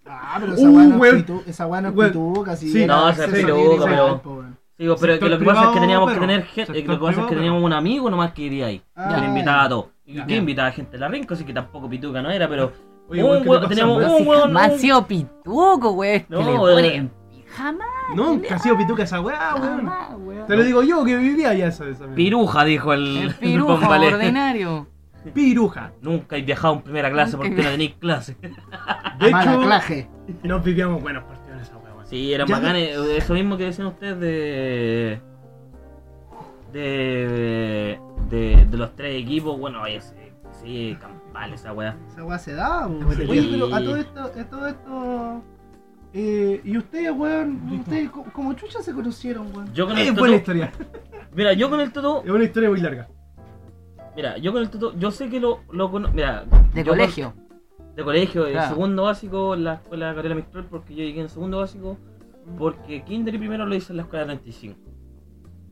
A: Ah, pero esa
D: Uh,
A: weá no es
D: weón.
A: pitu- esa weá no es
D: Weón.
A: pituca, sí.
D: Sí.
A: era
B: No, esa es
A: acceso
B: pituca,
A: libre,
B: pero-
A: weón, po, weón.
B: Digo, pero que
D: Sector
B: lo que pasa es que
D: privado,
B: teníamos que
D: pero.
B: tener gente, que lo
D: Sector
B: que pasa es
D: privado,
B: que
D: pero.
B: teníamos un amigo nomás que vivía ahí.
A: Ah,
B: Que le invitaba a
A: ya.
B: todos. Y
A: Ya.
B: que invitaba a gente de la rinca, así que tampoco pituca no era, pero
D: Oye,
B: un
D: weón, ¿qué te
B: huevo-
D: pasa,
B: teníamos
D: weón?
C: Pero
B: un
C: si
B: hueón-
C: jamás
B: un-
C: han sido pituco, weón. Que
B: No,
C: le
B: weón.
C: ponen. Jamás,
D: Nunca ha sido pituca esa weá, weón.
C: jamás, weón.
D: Te lo digo yo que vivía allá esa esa mierda.
B: piruja, dijo el,
C: El
B: don
C: pirujo
B: Valé.
C: ordinario.
D: Piruja.
B: Nunca he viajado en primera clase porque no tenéis clase.
D: De hecho,
A: Malaclaje.
D: nos vivíamos buenos partidos en esa weá, weón.
B: Sí, eran
A: Ya,
B: bacanes. Eso mismo que decían ustedes de. de. de, de los tres equipos. Bueno, oye, sí, sí, campal esa weá.
A: Esa weá se daba, po,
D: Sí.
A: weón. Oye, pero a todo esto, a todo esto. eh, y ustedes, weón, ustedes co- como chucha se conocieron, weón.
B: Yo con
D: Es
B: el
D: buena
B: Toto,
D: historia.
B: Mira, yo con el Toto.
D: Es una historia muy larga.
B: Mira, yo con el Toto. Yo sé que lo, lo cono- Mira,
C: De
B: yo con-
C: colegio.
B: de colegio, de
C: Claro.
B: segundo básico en la escuela Gabriela Mistral, porque yo llegué en segundo básico, porque kinder y primero lo hice en la escuela 35.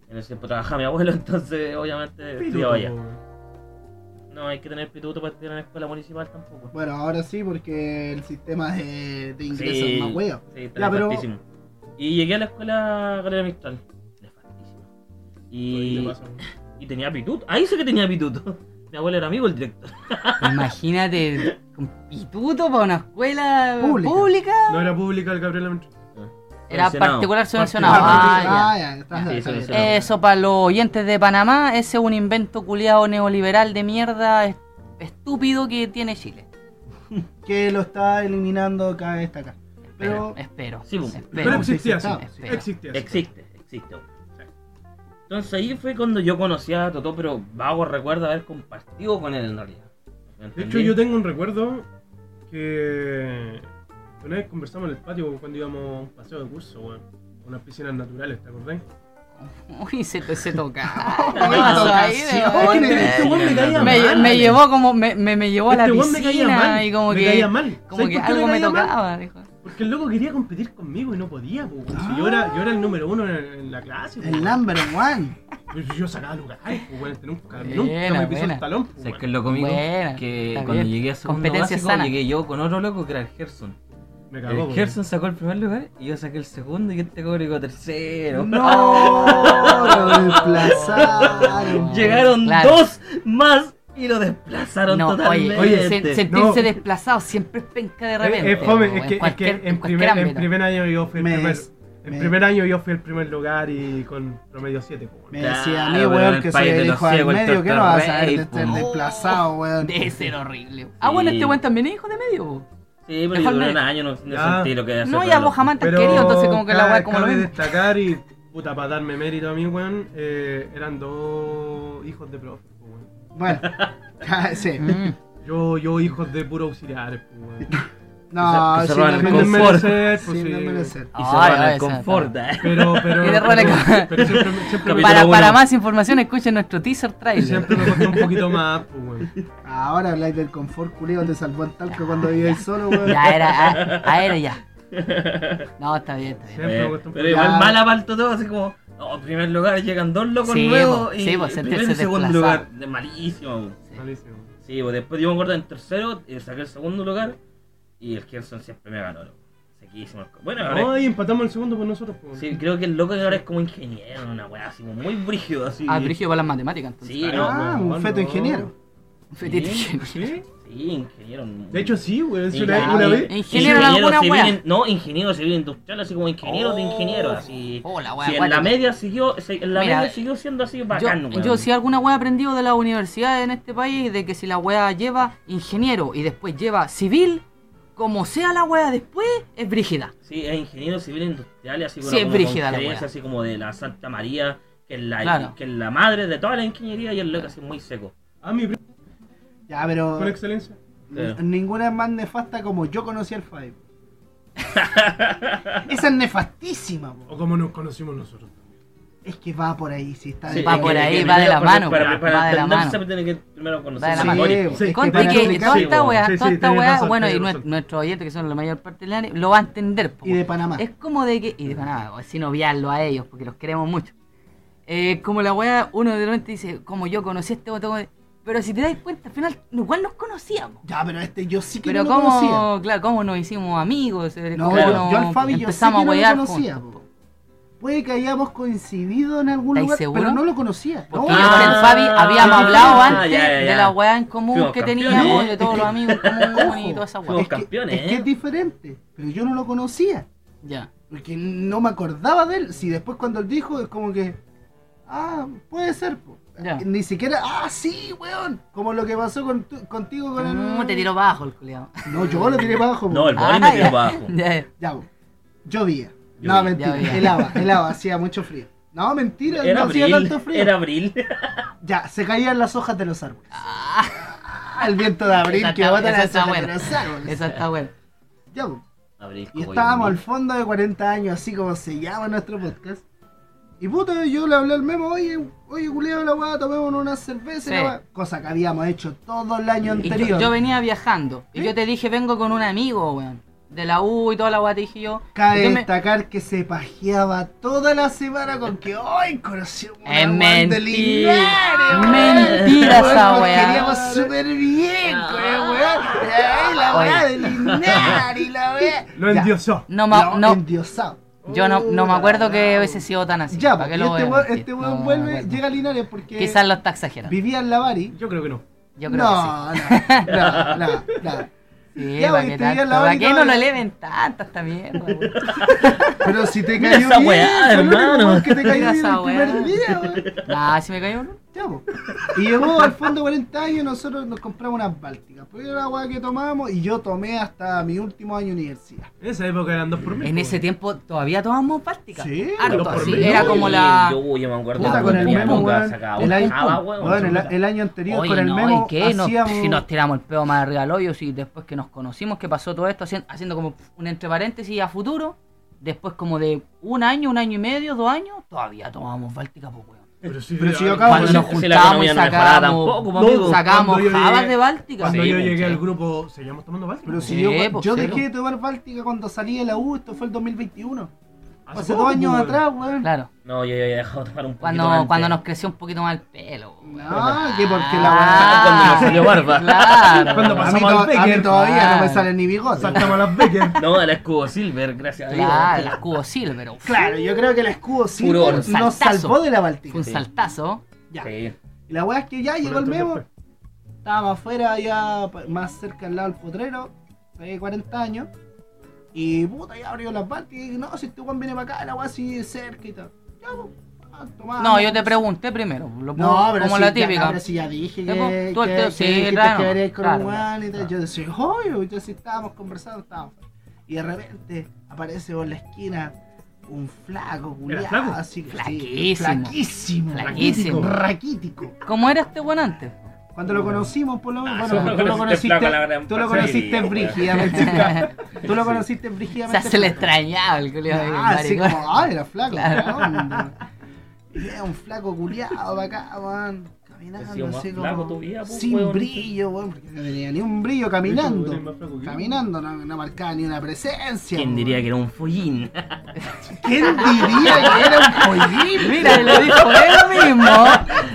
B: En ese tiempo trabajaba mi abuelo, entonces obviamente estudiaba allá. No hay que tener pituto para estudiar en la escuela municipal tampoco.
A: Bueno, ahora sí, porque el sistema de, de ingresos
B: Sí.
A: es más huevo.
B: Sí, está
A: Ya, pero-
B: nefastísimo. Y llegué a la escuela Gabriela Mistral. Nefastísimo.
D: Y...
B: Y, y tenía pituto. Ahí sé que tenía pituto. Mi abuelo era amigo el director.
C: Imagínate, un pituto para una escuela
A: Pública.
C: pública.
D: No era pública el Gabriela Mistral.
C: Era
B: Subvencionado.
C: particular subvencionado. Ah,
D: Particular.
C: ya.
A: Ah, ya, está-
B: Sí,
A: está
B: sí,
A: bien.
B: sí.
A: Eh,
C: Eso para los oyentes de Panamá, ese es un invento culiado neoliberal de mierda es- estúpido que tiene Chile.
A: Que lo está eliminando cada vez está acá. Pero,
C: espero.
B: Sí, pues.
D: Pero,
C: espero.
A: sí,
D: existía,
A: sí,
D: sí.
C: sí.
D: Existía. sí.
B: Existe, existe. Entonces ahí fue cuando yo conocí a Totó, pero vago recuerdo haber compartido con él en realidad. ¿Me
D: De hecho,
B: entendí?
D: yo tengo un recuerdo que una vez conversamos en el patio cuando íbamos a un paseo de curso, weón. A Unas piscinas naturales, ¿te acordás?
C: Uy, se, to- se toca.
A: Ay,
C: Pasó
A: tocación.
C: ahí, de-
A: Ay,
D: Este- este weón me caía
C: Oh, me,
D: mal.
C: me llevó como me, me, me llevó a la
D: Este weón me caía
C: piscina
D: mal,
C: y como
D: me
C: que
D: caía mal.
C: como
D: ¿Sabes
C: que
D: por qué
C: algo me
D: caía mal?
C: tocaba, dijo.
D: Porque el loco quería competir conmigo y no podía, po, weón. Si yo, era, yo era el número uno en, en la
B: eh.
D: clase, po,
A: el
D: weón.
A: number one.
D: Yo- Yo sacaba lugares, po, weón. Este nunca,
C: Buena,
D: nunca me pisó
C: buena.
D: el talón, po,
B: O sea, es
D: weón.
B: que es lo cómico
C: Buena,
B: que
C: está
B: cuando
C: bien.
B: llegué a segundo
C: Competencia
B: básico
C: sana.
B: llegué yo con otro loco que era el Gerson.
D: Me
B: El
D: cagó, po, weón.
B: Gerson sacó el primer lugar y yo saqué el segundo y este cobre llegó tercero.
A: No, lo desplazaron.
B: Llegaron
C: Claro.
B: dos más y lo desplazaron
C: No, oye,
B: totalmente.
C: oye, se- sentirse
D: Este, no.
C: desplazado siempre es penca de
D: Es-
C: repente.
D: Es fome,
C: po,
D: es que, es que
C: cualquier-
D: en,
C: cualquier
D: primer, en
C: ámbito.
D: primer año yo fui el
A: Me-
D: primer, en
A: me-
D: primer año yo fui el primer lugar y con promedio 7, po, weón.
A: Me decía a mí,
B: Claro, pero en
A: weón,
B: el
A: que soy
B: país de
A: el
B: los
A: hijo al
B: ciegos, el
A: medio, que no
B: Dr.
A: vas a saber de
B: Rey,
A: este
B: po.
A: desplazado, weón.
C: Debe ser horrible. Ah, bueno,
B: Sí.
C: este weón también es hijo de medio. po.
B: Sí, pero
C: Es
B: yo
C: fome.
B: duré un año, no, no
D: Ya.
B: sentí lo que era ser
C: No, ya
B: otro
C: vos
B: loco.
C: jamás te has querido, entonces como que la weá
D: cabe,
C: es como lo
D: cabe
C: mismo.
D: destacar y puta para darme mérito a mí, weón, eh, eran dos hijos de profe, po, weón.
A: Bueno, sí.
C: Mm.
D: Yo, yo hijos de puro auxiliares, po, weón.
A: No,
B: Que se- que se
A: sin
B: roban el
D: Sin
A: desmerecer,
B: confort.
D: desmerecer, pues,
A: sin
D: sí.
A: desmerecer.
B: Y
C: Ay,
B: cerraron
C: ay,
B: el
C: esa-
B: confort. ¿eh?
D: Pero, pero,
C: Y de
D: pero,
C: rola-
D: pero siempre, me- siempre, me-
B: Capítulo
C: Para,
B: uno.
C: para más información escuchen nuestro teaser trailer.
D: siempre me costó un poquito más, pues, weón.
A: Ahora habláis del confort, culeo, te salvó el talco cuando vivíais solo, weón.
B: eh.
C: Ya era, ah, ah, era ya. No, está bien, está bien.
D: Siempre me costó un
B: Eh, Pero
D: poquito
B: igual
A: Ya.
B: mala falta todo, así como, no, en primer lugar llegan dos locos
C: Sí,
B: nuevos
C: po,
B: y
C: sí, po,
B: primero
C: sentirse
B: y segundo
C: desplazado.
B: lugar, de malísimo. po.
D: Malísimo.
B: Sí, pues después yo me acuerdo en tercero, eh, saqué el segundo lugar y el Gerson siempre me ganó, loco. Sequísimo. Bueno, ahora,
D: No, y empatamos el segundo por nosotros, pues.
B: sí, creo que el loco ahora es como ingeniero, una weá así, como muy brígido, así.
C: Ah, Brigio para las matemáticas entonces.
B: Sí, no,
A: Ah, un feto ingeniero.
C: Fetito
B: Sí.
C: ingeniero.
D: ¿Sí?
B: sí, ingeniero.
D: De hecho, sí, güey. Es una,
B: Ingeniero.
D: una vez.
C: Ingeniero en alguna
B: civil,
C: wea.
B: in- no, ingeniero civil industrial, así como ingeniero de ingeniero, así.
C: Oh, la wea
B: Si en la
C: acuática.
B: media siguió, se- en la
C: Mira,
B: media siguió siendo así bacán,
C: Yo,
B: weón.
C: yo si alguna wea he aprendido de la universidad en este país, de que si la wea lleva ingeniero y después lleva civil, como sea la wea después, es brígida.
B: Sí, es ingeniero civil industrial, así
C: Sí,
B: bueno,
C: es
B: como
C: brígida
B: con
C: la
B: creencia,
C: wea.
B: así como de la Santa María, que es la,
C: Claro.
B: que es la madre de toda la ingeniería y el loco así muy seco.
D: Ah, mi primo
A: Ya, pero
D: con excelencia.
A: n- ninguna es más nefasta como yo conocí al Five. Esa es nefastísima, po.
D: O como nos conocimos nosotros.
A: Es que va por ahí, si está
B: Sí,
A: de-
C: va
B: es que-
C: por ahí,
B: que
C: va de
B: primero
C: la
B: para-
C: mano,
B: Para,
C: weón,
B: para
C: va de la
B: entenderse
C: mano.
B: tiene que primero conocer
C: Va de
B: su
C: la mano.
B: historia.
A: Sí,
D: Sí,
C: Conte
D: para
C: que
A: explicar-
C: toda
A: sí,
C: esta
D: bueno,
C: wea,
D: sí,
C: toda
D: sí,
C: esta
D: tenés
C: wea,
D: razón,
C: bueno, y
D: tenés
C: nue-
D: razón.
C: nuestros oyentes que son la mayor parte del año, lo va a entender. po,
A: y de Panamá.
C: Es como de que. Y de nada, sin obviarlo a ellos, porque los queremos mucho. Eh, como la weá, uno de repente dice, como yo conocí a este otro. weón. Pero si te das cuenta, al final, igual nos conocíamos.
A: Ya, pero este yo sí que
C: Pero
A: no lo
C: cómo,
A: conocía.
C: claro, cómo nos hicimos amigos. eh,
A: No,
C: cómo
B: claro,
C: nos
A: yo al Fabi yo sé
C: empezamos
A: que no lo
C: a wear
A: conocía,
C: juntos,
A: po.
C: po.
A: Puede que hayamos coincidido en algún
C: ¿Estáis
A: lugar,
C: seguro?
A: pero no lo conocía.
C: Porque
A: No,
C: yo con el
B: Ah,
C: Fabi habíamos hablado
B: ya,
C: antes
B: ya, ya.
C: de la weá en común
B: Fuimos
C: que
B: campeones.
C: teníamos, de todos los amigos en común y
A: Ojo.
C: toda esa
B: Fuimos
C: weá.
A: es que-
B: campeones,
A: es que
B: ¿eh?
A: es diferente, pero yo no lo conocía.
C: Ya.
A: Porque no me acordaba de él. Si después cuando él dijo, es como que. Ah, puede ser. po.
C: Ya.
A: Ni siquiera. Ah, sí, weón. Como lo que pasó con tu- contigo con
C: Mm,
A: el.
C: te tiró bajo el culiao.
A: No, yo lo tiré para abajo. po.
B: No, el boli
C: Ah,
B: me tiró
C: ya.
B: abajo.
C: Ya.
A: Ya, po. llovía.
B: Llovía.
A: No, mentira.
C: Llovía.
A: Helaba, helaba, hacía mucho frío. No, mentira,
B: Era
A: no hacía
B: abril,
A: tanto frío.
B: era abril.
A: Ya, se caían las hojas de los árboles. Ah, el viento de abril
C: Esa
A: que
C: está-
A: bota
C: esa
A: las
C: está
A: hojas de
C: buena.
A: los árboles.
C: Esa está buena.
A: Ya, po.
B: Abril,
A: Y
B: como
A: estábamos
B: yo.
A: al fondo de 40 años, así como se llama nuestro podcast. Y puta, yo le hablé al memo, oye, oye, culiado la weá, tomémonos una cerveza. y la
C: Sí.
A: weá. Cosa que habíamos hecho todo el año
C: Y
A: anterior.
C: yo, yo venía viajando. Y
A: ¿Sí?
C: yo te dije, vengo con un amigo, weón. De la U y toda la guata, dije yo.
A: Cabe
C: Yo me-
A: destacar que se pajeaba toda la semana con que ¡Ay, conocí a un
C: Es
A: weón
C: mentira.
A: del Linares, weón!
C: Mentira
A: Weón,
C: esa
A: nos
C: weá.
A: queríamos súper bien,
B: Ah.
A: weón, weón. ¡Ay, la weá
C: Oye.
A: del Linares, la weá!
D: Lo
A: Ya.
D: endiosó.
C: No, ma-
A: Lo
C: no,
A: endiosado.
C: yo no, no me
A: Uh,
C: acuerdo que
A: la-
C: hubiese sido tan así.
A: Ya,
C: ¿Para
A: porque
C: qué lo
A: este
C: voy a
A: weón
C: mentir?
A: este
C: No,
A: weón
C: me
A: vuelve,
C: acuerdo.
A: llega a Linares porque
C: Quizás lo está exagerando.
A: vivía en la Bari.
D: Yo creo que no.
C: Yo creo
A: No, no, no, no, no.
C: que sí. Sí,
A: ya,
C: ¿para
A: oye,
C: qué
A: te vi en
C: tanto?
A: la hora y
C: ¿Para qué no
A: todavía-
C: lo eleven tanto esta mierda, weón?
A: Pero si te
B: Mira
A: cayó
B: esa
A: bien,
B: weá,
A: fue el único
B: hermano.
A: weón que te cayó
C: Mira
A: bien
C: esa
A: el primer
C: weá.
A: día, weón.
C: Nah, si me cayó uno.
A: Ya, po. Y llegó al fondo 40 años y nosotros nos compramos unas bálticas. Porque era la weá que tomábamos y yo tomé hasta mi último año de universidad.
D: En esa época eran dos por mil. pues.
C: En ese
D: weón.
C: tiempo todavía tomábamos práctica.
A: Sí,
C: Harto,
D: dos por
C: así.
D: medio.
C: Era como la.
B: Yo, yo me acuerdo
A: Puta,
B: que
A: con el
B: mi
A: memo,
B: amiga
A: weón.
B: sacaba
A: El
B: una
A: año,
B: java, Ah, weón,
A: weón, el,
B: chuta.
A: el año anterior
C: Oye,
A: con el
C: no,
A: memo
C: ¿y qué? Nos,
A: hacíamos...
C: si nos tiramos el pedo más arriba del hoyo, si después que nos conocimos, que pasó todo esto, haciendo, haciendo como un entre paréntesis a futuro, después como de un año, un año y medio, dos años, todavía tomábamos Báltica, pues, weón.
D: Pero si,
A: Pero si yo acabo-
C: Cuando
A: pues,
C: nos
B: si la
C: juntábamos,
B: economía no mejoraba
C: sacábamos,
B: tampoco, pues, amigo.
C: sacábamos
D: Cuando yo
C: jabas
D: llegué-
C: de Báltica.
D: Cuando
B: Sí,
D: yo
B: pues,
D: llegué
B: sí.
D: al grupo, ¿seguíamos tomando báltica?
A: Pero si
C: Sí,
A: yo,
C: pues,
A: yo
C: sí,
A: dejé
C: pues.
A: de tomar báltica cuando salí de la U, esto fue el 2021. Hace,
D: poco, pues,
A: dos años
D: weón.
A: atrás, pues. weón.
C: Claro,
B: No, yo ya había dejado tomar un poquito
C: cuando,
B: antes.
C: cuando nos creció un poquito más el pelo. weón.
A: No, que porque la
C: Ah,
A: weá...
B: Cuando nos salió barba.
C: Claro.
D: Cuando
A: A
D: pasó-
A: mí,
D: pasamos
A: to-
D: al
A: a mí
D: Becker.
A: todavía no me
C: Claro.
A: salen ni bigotes.
D: Saltamos las becas.
B: No, el escudo silver, gracias a Dios.
C: Claro, las cubo silver. uf,
A: Claro, yo creo que el escudo sí
B: Furor.
A: nos
C: Saltazo.
A: salvó de la
C: Fue
A: báltica.
C: un saltazo.
A: Ya.
B: Sí.
A: Y la weá es que ya llegó el memo. Estábamos afuera, allá pa- más cerca al lado del potrero, de 40 años. Y puta, ya abrió las partes y dije, no, si este weón viene para acá, la weá así de cerca y tal. Ya, pues, ah, tomamos.
C: No, yo te pregunté primero. lo puedo-
A: No, pero
C: como
A: si,
C: la
A: Ya, no,
C: típica.
A: pero si ya dije
C: Sí,
A: que,
C: pues, tú al
A: que-
C: teo-
A: que
C: sí,
A: dijiste
C: claro,
A: que eres con
C: claro,
A: un weón y tal.
C: claro.
A: Yo decía, obvio, yo sí estábamos conversando, estábamos. Y de repente aparece por la esquina un flaco, culiado,
D: flaco?
A: así que sí,
C: Flaquísimo.
A: flaquísimo,
C: Flaquísimo.
A: raquítico.
C: ¿Cómo era este buen antes?
A: Cuando lo conocimos, por lo menos,
B: Ah,
A: bueno, tú
B: sí, lo
A: lo
B: conociste
A: conociste,
B: flaco, la gran
A: tú lo
B: pasada.
A: conociste
B: Sí,
A: brígidamente. Tú lo
B: Sí.
A: conociste
C: O sea,
A: brígidamente.
C: se le
A: flaco.
C: extrañaba el culiao de
A: Ah, así
C: maricón.
A: como, ah, era flaco, ¿qué onda? Y era un flaco culiado pa' acá, weón.
B: Ha sido
A: Caminando
B: más
A: así
B: flaco tu
A: como.
B: vida, pues,
A: Sin
B: weón.
A: brillo, weón, porque no tenía ni un brillo caminando. Caminando, no, no marcaba ni una presencia.
B: ¿Quién
A: weón.
B: diría que era un follín?
A: ¿Quién diría que era un pollín?
C: Mira, lo dijo él mismo.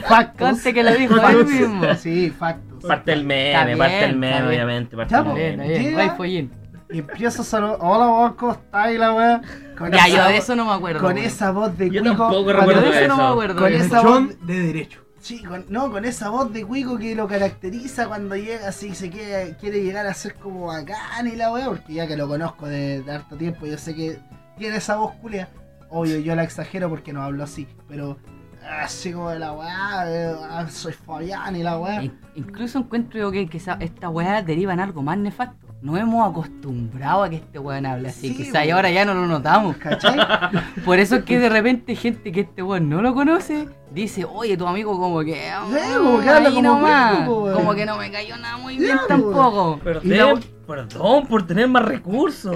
A: Factos.
C: Conte que lo dijo él
A: Factos.
C: mismo.
A: Sí, factos.
B: Parte el
C: Está
B: meme,
C: bien,
B: parte el
C: está
B: meme,
C: bien.
B: obviamente. Parte
A: Ya,
B: el
A: pues.
C: Bien,
B: meme.
C: bien,
A: Llega-
C: no hay follín.
A: Y empiezo a saludar. Hola, vos, ¿cómo estás? Y la weá. Con
C: Ya,
A: esa
C: yo de
A: voz-
C: eso no me acuerdo.
A: Con
C: weón.
A: esa voz de
B: Yo
A: cuico.
B: tampoco
A: cuando-
C: Yo
B: recuerdo
C: de eso no me
B: Eso.
C: acuerdo.
A: Con
C: weón.
A: esa-
D: Lechón de derecho.
A: Sí, con- no, con esa voz de cuico que lo caracteriza cuando llega, así se quiere, quiere llegar a ser como bacán y la weá, porque ya que lo conozco de, de harto tiempo, yo sé que tiene esa voz culia. Obvio, yo la exagero porque no hablo así, pero ah, así como de la weá, eh, ah, soy Fabián y la weá.
C: In- Incluso encuentro yo que, que esa- esta weá deriva en algo más nefasto. Nos hemos acostumbrado a que este weón hable así.
A: Sí,
C: quizá y
A: weón.
C: ahora ya no lo notamos.
A: ¿Cachai?
C: Por eso es que de repente gente que este weón no lo conoce dice, oye, tu amigo como que...
A: como que habla
C: ahí
A: como
C: nomás,
A: cuico, weón".
C: como que no me cayó nada muy bien
A: weón.
C: tampoco.
A: Y la-
B: Perdón, perdón por tener más recursos.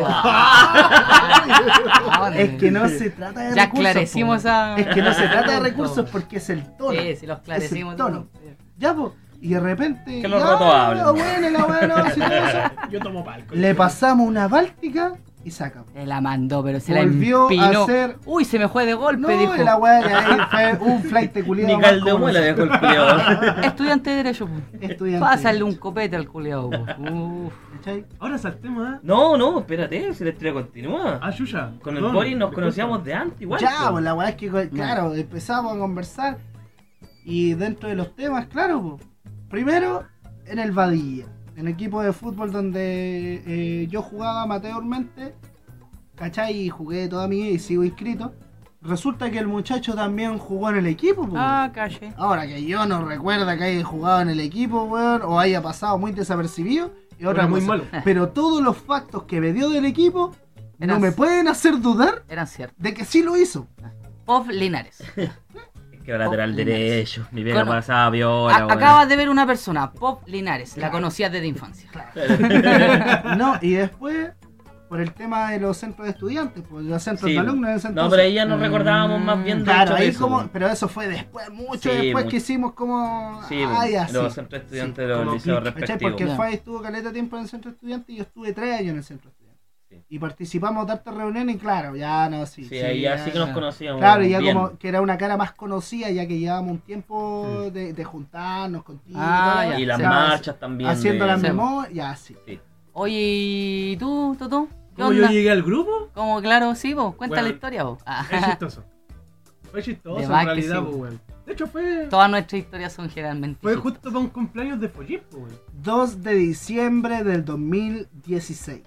A: es que no se trata de
C: Ya
A: recursos. po,
C: esclarecimos esa...
A: Es que no se trata de recursos porque es el tono.
C: Sí, si los esclarecimos.
A: Es el tono. Ya, po. Y de repente.
B: Que los
A: ya,
B: rotos hablan.
A: la buena, la buena, si todo eso.
D: Yo tomo palco.
A: Le pasamos una báltica y saca.
C: Se la mandó, pero se
A: Volvió
C: la empinó.
A: a ser.
C: Uy, se me fue de golpe,
A: No,
C: dijo.
A: la weá de ahí fue un flight de culiado.
B: Ni caldo muela dejó el culiao.
C: Estudiante de Derecho. po.
A: Estudiante.
C: Pásale un copete al culeado. Uf.
A: ¿Cachai?
D: Ahora saltemos a.
B: No, no, espérate, si la historia continúa.
D: A Yuya.
B: Con el Boris nos conocíamos de antes igual.
A: Ah, Ya,
B: po.
A: pues la weá es que, claro, empezamos a conversar. Y dentro de los temas, claro, po. primero en el Badilla, en el equipo de fútbol donde eh, yo jugaba amateurmente, ¿cachai? Y jugué toda mi vida y sigo inscrito. Resulta que el muchacho también jugó en el equipo, po.
C: Ah, calle.
A: Ahora que yo no recuerda que haya jugado en el equipo, weón, o haya pasado muy desapercibido, y otra
D: Era muy
A: cosa.
D: malo.
A: Pero todos los factos que me dio del equipo no
C: Eras-
A: me pueden hacer dudar
C: Eran ciertos.
A: de que sí lo hizo.
C: Pop Linares.
B: Es que lateral
C: Oh,
B: derecho. Mi vieja
C: Cono-
B: pasaba viola,
C: A-
B: weón.
C: acabas de ver una persona, Pop Linares. La conocías desde infancia.
A: No, y después por el tema de los centros de estudiantes, por los centros
B: Sí. pues.
A: de alumnos en ese
B: No,
A: entonces.
B: pero ahí ya nos recordábamos más bien de
A: Claro,
B: hecho
A: ahí
B: de eso,
A: como,
B: weón.
A: pero eso fue después, mucho
B: Sí,
A: después
B: mu-
A: que hicimos como...
B: Sí,
A: ah,
B: weón,
A: ya, sí.
B: los centros de estudiantes de los
D: como
B: liceos
D: clic,
A: ¿Cachai?
B: respectivos.
A: Porque el
C: Ya.
A: FAI estuvo caleta de tiempo en el centro estudiante y yo estuve tres años en el centro estudiante.
B: Sí.
A: Y participamos de hartas reuniones y claro, ya no, sí.
B: Sí,
A: sí,
B: ahí
A: ya,
B: ya sí que nos
C: ya.
B: conocíamos.
A: Claro, y ya
B: bien.
A: como que era una cara más conocida, ya que llevábamos un tiempo de, de juntarnos contigo.
C: Ah, ya.
B: Y las
C: Sí.
B: marchas también.
A: Haciendo
B: de-
A: las
C: Sí.
A: memorias, ya sí.
C: Oye, ¿y tú, Totó? ¿Qué
D: ¿Cómo yo
C: onda?
D: llegué al grupo?
C: ¿Cómo, claro, sí, vos? Cuenta
D: Bueno.
C: la historia, vos. Ah,
D: Es chistoso. Fue chistoso,
C: De
D: en
C: más que
D: realidad,
C: sí.
D: pues, weón. De hecho, fue,
C: Todas nuestras historias son generalmente.
D: fue
C: chistosas.
D: justo para un cumpleaños de Follis, pues, weón.
A: 2 de diciembre del 2016.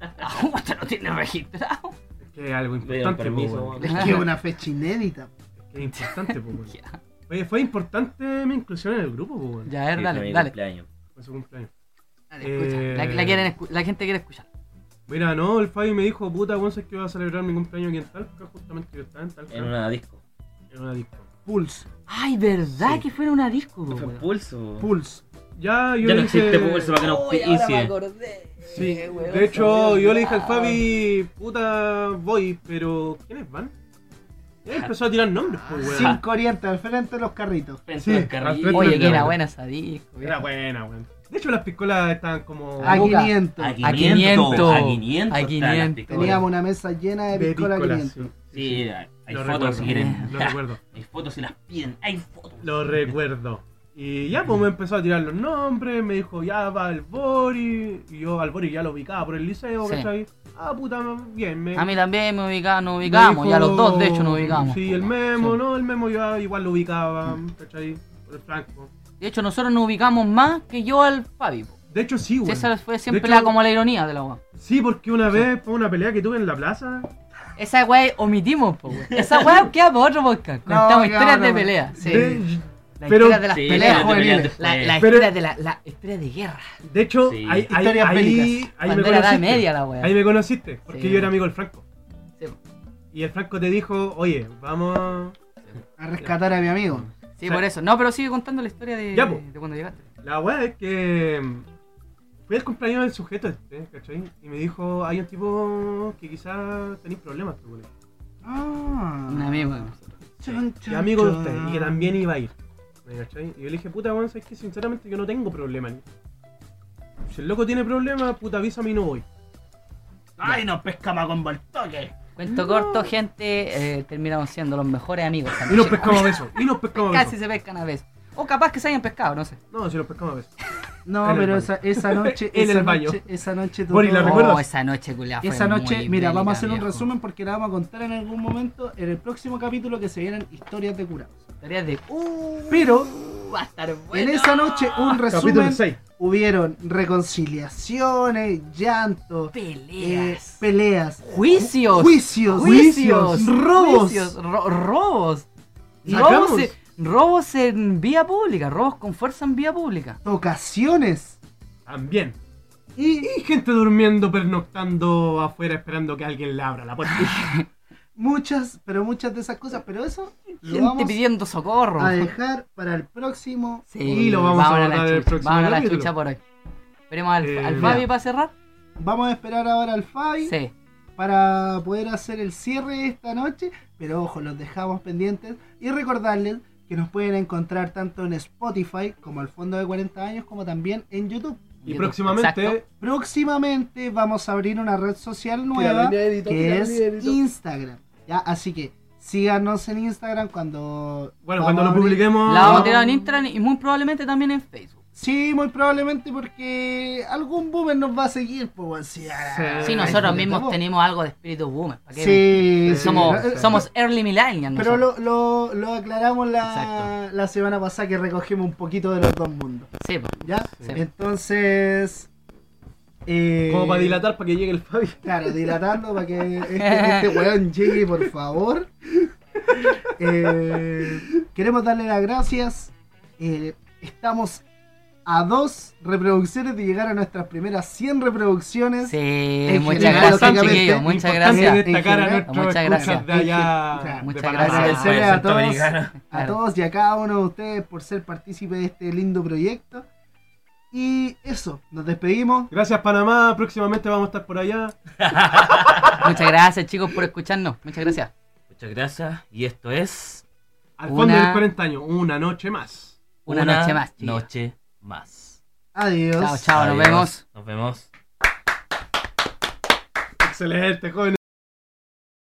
C: Ah, usted lo tiene registrado.
D: Es que es algo
B: Pidan
D: importante, pues,
B: permiso,
D: weón.
A: Es que es una fecha inédita.
D: Es que es importante, pues, weón. Oye, fue importante mi inclusión en el grupo, pues, weón.
C: Ya,
B: Sí,
C: a ver,
B: fue
C: dale,
B: mi
C: dale.
B: cumpleaños.
D: Fue su cumpleaños.
C: Dale, escucha. La,
D: Eh.
C: la quieren escu- la gente quiere escuchar.
D: Mira, no, el Fabi me dijo, puta, weón, sé que iba a celebrar mi cumpleaños aquí en Talca, justamente yo estaba en Talca.
B: En una disco.
D: en una disco.
A: Pulse,
C: Ay, ¿verdad
D: Sí.
C: que fuera una disco,
B: Fue
C: weón?
B: Pulso.
A: pulse.
D: Ya, yo
B: Ya no
D: le dije...
B: existe pues, Pulso para que nos auspicie.
D: Sí, de hecho, yo le dije al Fabi, puta, voy, pero ¿quiénes van? Y ahí empezó a tirar nombres, pues, weón.
A: Cinco orienta al frente de los carritos.
B: Frente al
D: Sí,
B: carril.
D: al frente
B: Oye,
C: Oye, que era
D: Era
C: buena esa disco. viejo.
D: Era buena, weón. De hecho, las piscolas estaban como...
A: A
C: Boca.
A: 500.
B: A
C: A
B: 500. A 500.
C: A
B: está
C: 500.
B: la pistola.
A: Teníamos una mesa llena de
D: de
A: piscola
D: piscolas,
A: 500.
B: Sí, hay hay
D: Lo
B: fotos
D: recuerdo.
B: si quieren.
D: Lo recuerdo.
B: Hay fotos si las piden. Hay fotos.
D: Lo recuerdo. Y ya, pues me empezó a tirar los nombres, me dijo, ya va el Bori. Y yo al Bori ya lo ubicaba por el liceo,
C: Sí.
D: ¿cachai? Ah, puta, bien, me.
C: A mí también me ubicaba, nos
D: me
C: ubicamos,
D: dijo-
C: y a los dos, de hecho, nos ubicamos.
D: Sí,
C: po,
D: el
C: weón.
D: Memo,
C: Sí. Mm.
D: ¿no? El Memo yo igual lo ubicaba, ¿cachai? Por el Franco.
C: De hecho, nosotros nos ubicamos más que yo al Fabi. po.
D: De hecho, sí,
C: Sí,
D: güey.
C: esa fue siempre
D: hecho-
C: la, como la ironía de la weón.
D: Sí, porque una vez, por una pelea que tuve en la plaza,
C: Esa weá omitimos, po, weón. Esa weá queda para otro podcast.
A: No,
C: Contamos
A: no,
C: historias
A: no.
C: de pelea. Sí.
D: de,
C: Las
D: pero-
C: historias de las
B: Sí,
C: peleas
B: las de peleas
C: juveniles. La,
B: después.
C: la
D: Pero-
C: historia de la, la historia de guerra.
D: de hecho,
B: Sí.
D: ahí, ahí,
A: Historias
D: ahí,
A: bélicas.
D: ahí me
C: cuando era edad
D: conociste.
C: media la weá.
D: Ahí me conociste, porque
C: Sí.
D: yo era amigo del Franco.
C: Sí, po.
D: Y el Franco te dijo, oye, vamos...
A: A rescatar a mi amigo.
C: Sí,
D: Sí.
C: por eso. No, pero sigue contando la historia de,
D: Ya, po.
C: de cuando llegaste.
D: La weá es que mm, fui al cumpleaños del sujeto este, ¿cachai? Y me dijo, hay un tipo que quizás tenéis problemas, tú, güey.
A: Ah.
C: Un amigo de nosotros.
A: Chon, chon,
D: Y amigo de
A: chon.
D: usted, y que también iba a ir. ¿me cachai? Y yo le dije, puta, weón, sabes que sinceramente yo no tengo problema. ni- Si el loco tiene problemas, puta, avísame y no voy.
A: Ay, no pescaba con voltoque.
C: Cuento corto, gente. eh, terminamos siendo los mejores amigos.
D: Y nos pescamos a besos, y nos pescamos a
C: Casi
D: besos.
C: se pescan a veces. O capaz que se hayan pescado, no sé.
D: No, si nos pescamos a besos.
A: No,
D: En el
A: pero
D: baño.
A: esa, esa noche.
D: En el
A: esa
D: baño.
A: noche- Esa noche. tú-
D: Bori, ¿la
A: Oh,
D: recuerdas?
C: Oh, esa noche, culiá, fue
A: Esa noche,
C: muy
A: mira, vamos a
C: bélica,
A: hacer un
C: viejo.
A: resumen porque la vamos a contar en algún momento en el próximo capítulo que se vienen historias de curados.
C: Historias de. Uh,
A: Pero
C: va a estar bueno.
A: en esa noche, un
D: Capítulo
A: resumen,
D: 6.
A: hubieron reconciliaciones, llantos, eh,
C: Peleas.
A: peleas,
C: Juicios.
A: juicios,
C: Juicios.
A: robos.
C: juicios, ro- robos.
A: Y
C: Robos,
D: sacamos.
C: en- robos en vía pública. Robos con fuerza en vía pública.
A: ocasiones
D: También.
A: y
D: Y gente durmiendo, pernoctando afuera esperando que alguien le abra la puerta.
A: muchas, pero muchas de esas cosas. Pero eso lo
C: Gente
A: vamos
C: pidiendo socorro.
A: a dejar para el próximo.
C: Sí,
D: Y lo vamos a
C: vámonos
D: abordar
C: la
D: en el
C: chucha,
D: próximo
C: vámonos a la
D: capítulo.
C: chucha por hoy. Esperemos al,
D: Eh,
C: al
D: mira.
C: Fabi para cerrar.
A: Vamos a esperar ahora al Fabi.
C: Sí.
A: para poder hacer el cierre esta noche. Pero ojo, los dejamos pendientes y recordarles que nos pueden encontrar tanto en Spotify como al fondo de 40 años como también en YouTube.
D: Y
C: YouTube,
D: próximamente,
C: exacto.
A: Próximamente vamos a abrir una red social
D: Tira,
A: nueva
D: línea, editor,
A: que
D: tira,
A: es
D: línea, editor.
A: Instagram. ¿ya? Así que síganos en Instagram cuando...
D: bueno,
A: vamos
D: cuando
A: a
D: lo
A: abrir-
D: publiquemos...
C: La vamos a tirar en Instagram y muy probablemente también en Facebook.
A: Sí, muy probablemente porque algún boomer nos va a seguir. Pues, bueno, si- ah,
C: Sí,
D: Sí,
C: nosotros
A: ay,
C: mismos
A: estamos-
C: tenemos algo de espíritu boomer. ¿pa' qué?
A: Sí,
D: Eh, Sí,
C: somos,
A: no, eh,
C: somos early millennials.
A: Pero
C: nosotros.
A: lo, lo, lo aclaramos la,
C: Exacto.
A: la semana pasada que recogimos un poquito de los dos mundos.
C: Sí, pues. po.
A: ¿Ya?
C: Sí.
A: Entonces. eh,
D: Como para dilatar, para que llegue el Fabi.
A: Claro, dilatando para que este, este weón llegue, por favor. Eh, queremos darle las gracias. Eh, estamos a dos reproducciones de llegar a nuestras primeras 100 reproducciones.
C: Sí,
A: En
C: muchas
A: general,
C: gracias,
A: lógicamente,
C: chiquillos. Muchas
D: Importante
C: gracias.
A: de-
D: destacar a
A: En general,
D: nuestros
C: muchas
D: escuchas
C: gracias.
D: de
A: En
D: allá.
A: general,
D: de
C: muchas
D: Panamá.
C: gracias.
A: Agradecerle a todos.
B: Centroamericana.
A: A
C: Claro.
A: todos y a cada uno de ustedes por ser partícipe de este lindo proyecto. Y eso, nos despedimos.
D: Gracias Panamá, próximamente vamos a estar por allá.
C: Muchas gracias, chicos, por escucharnos. Muchas gracias.
B: Muchas gracias. Y esto es
D: Al
C: Una-
D: fondo del 40 años, una noche más.
C: Una noche más, chiquillos.
B: noche más.
A: Adiós.
C: Chao, chao, nos
B: Adiós.
C: vemos.
B: Nos vemos.
D: Excelente, joven.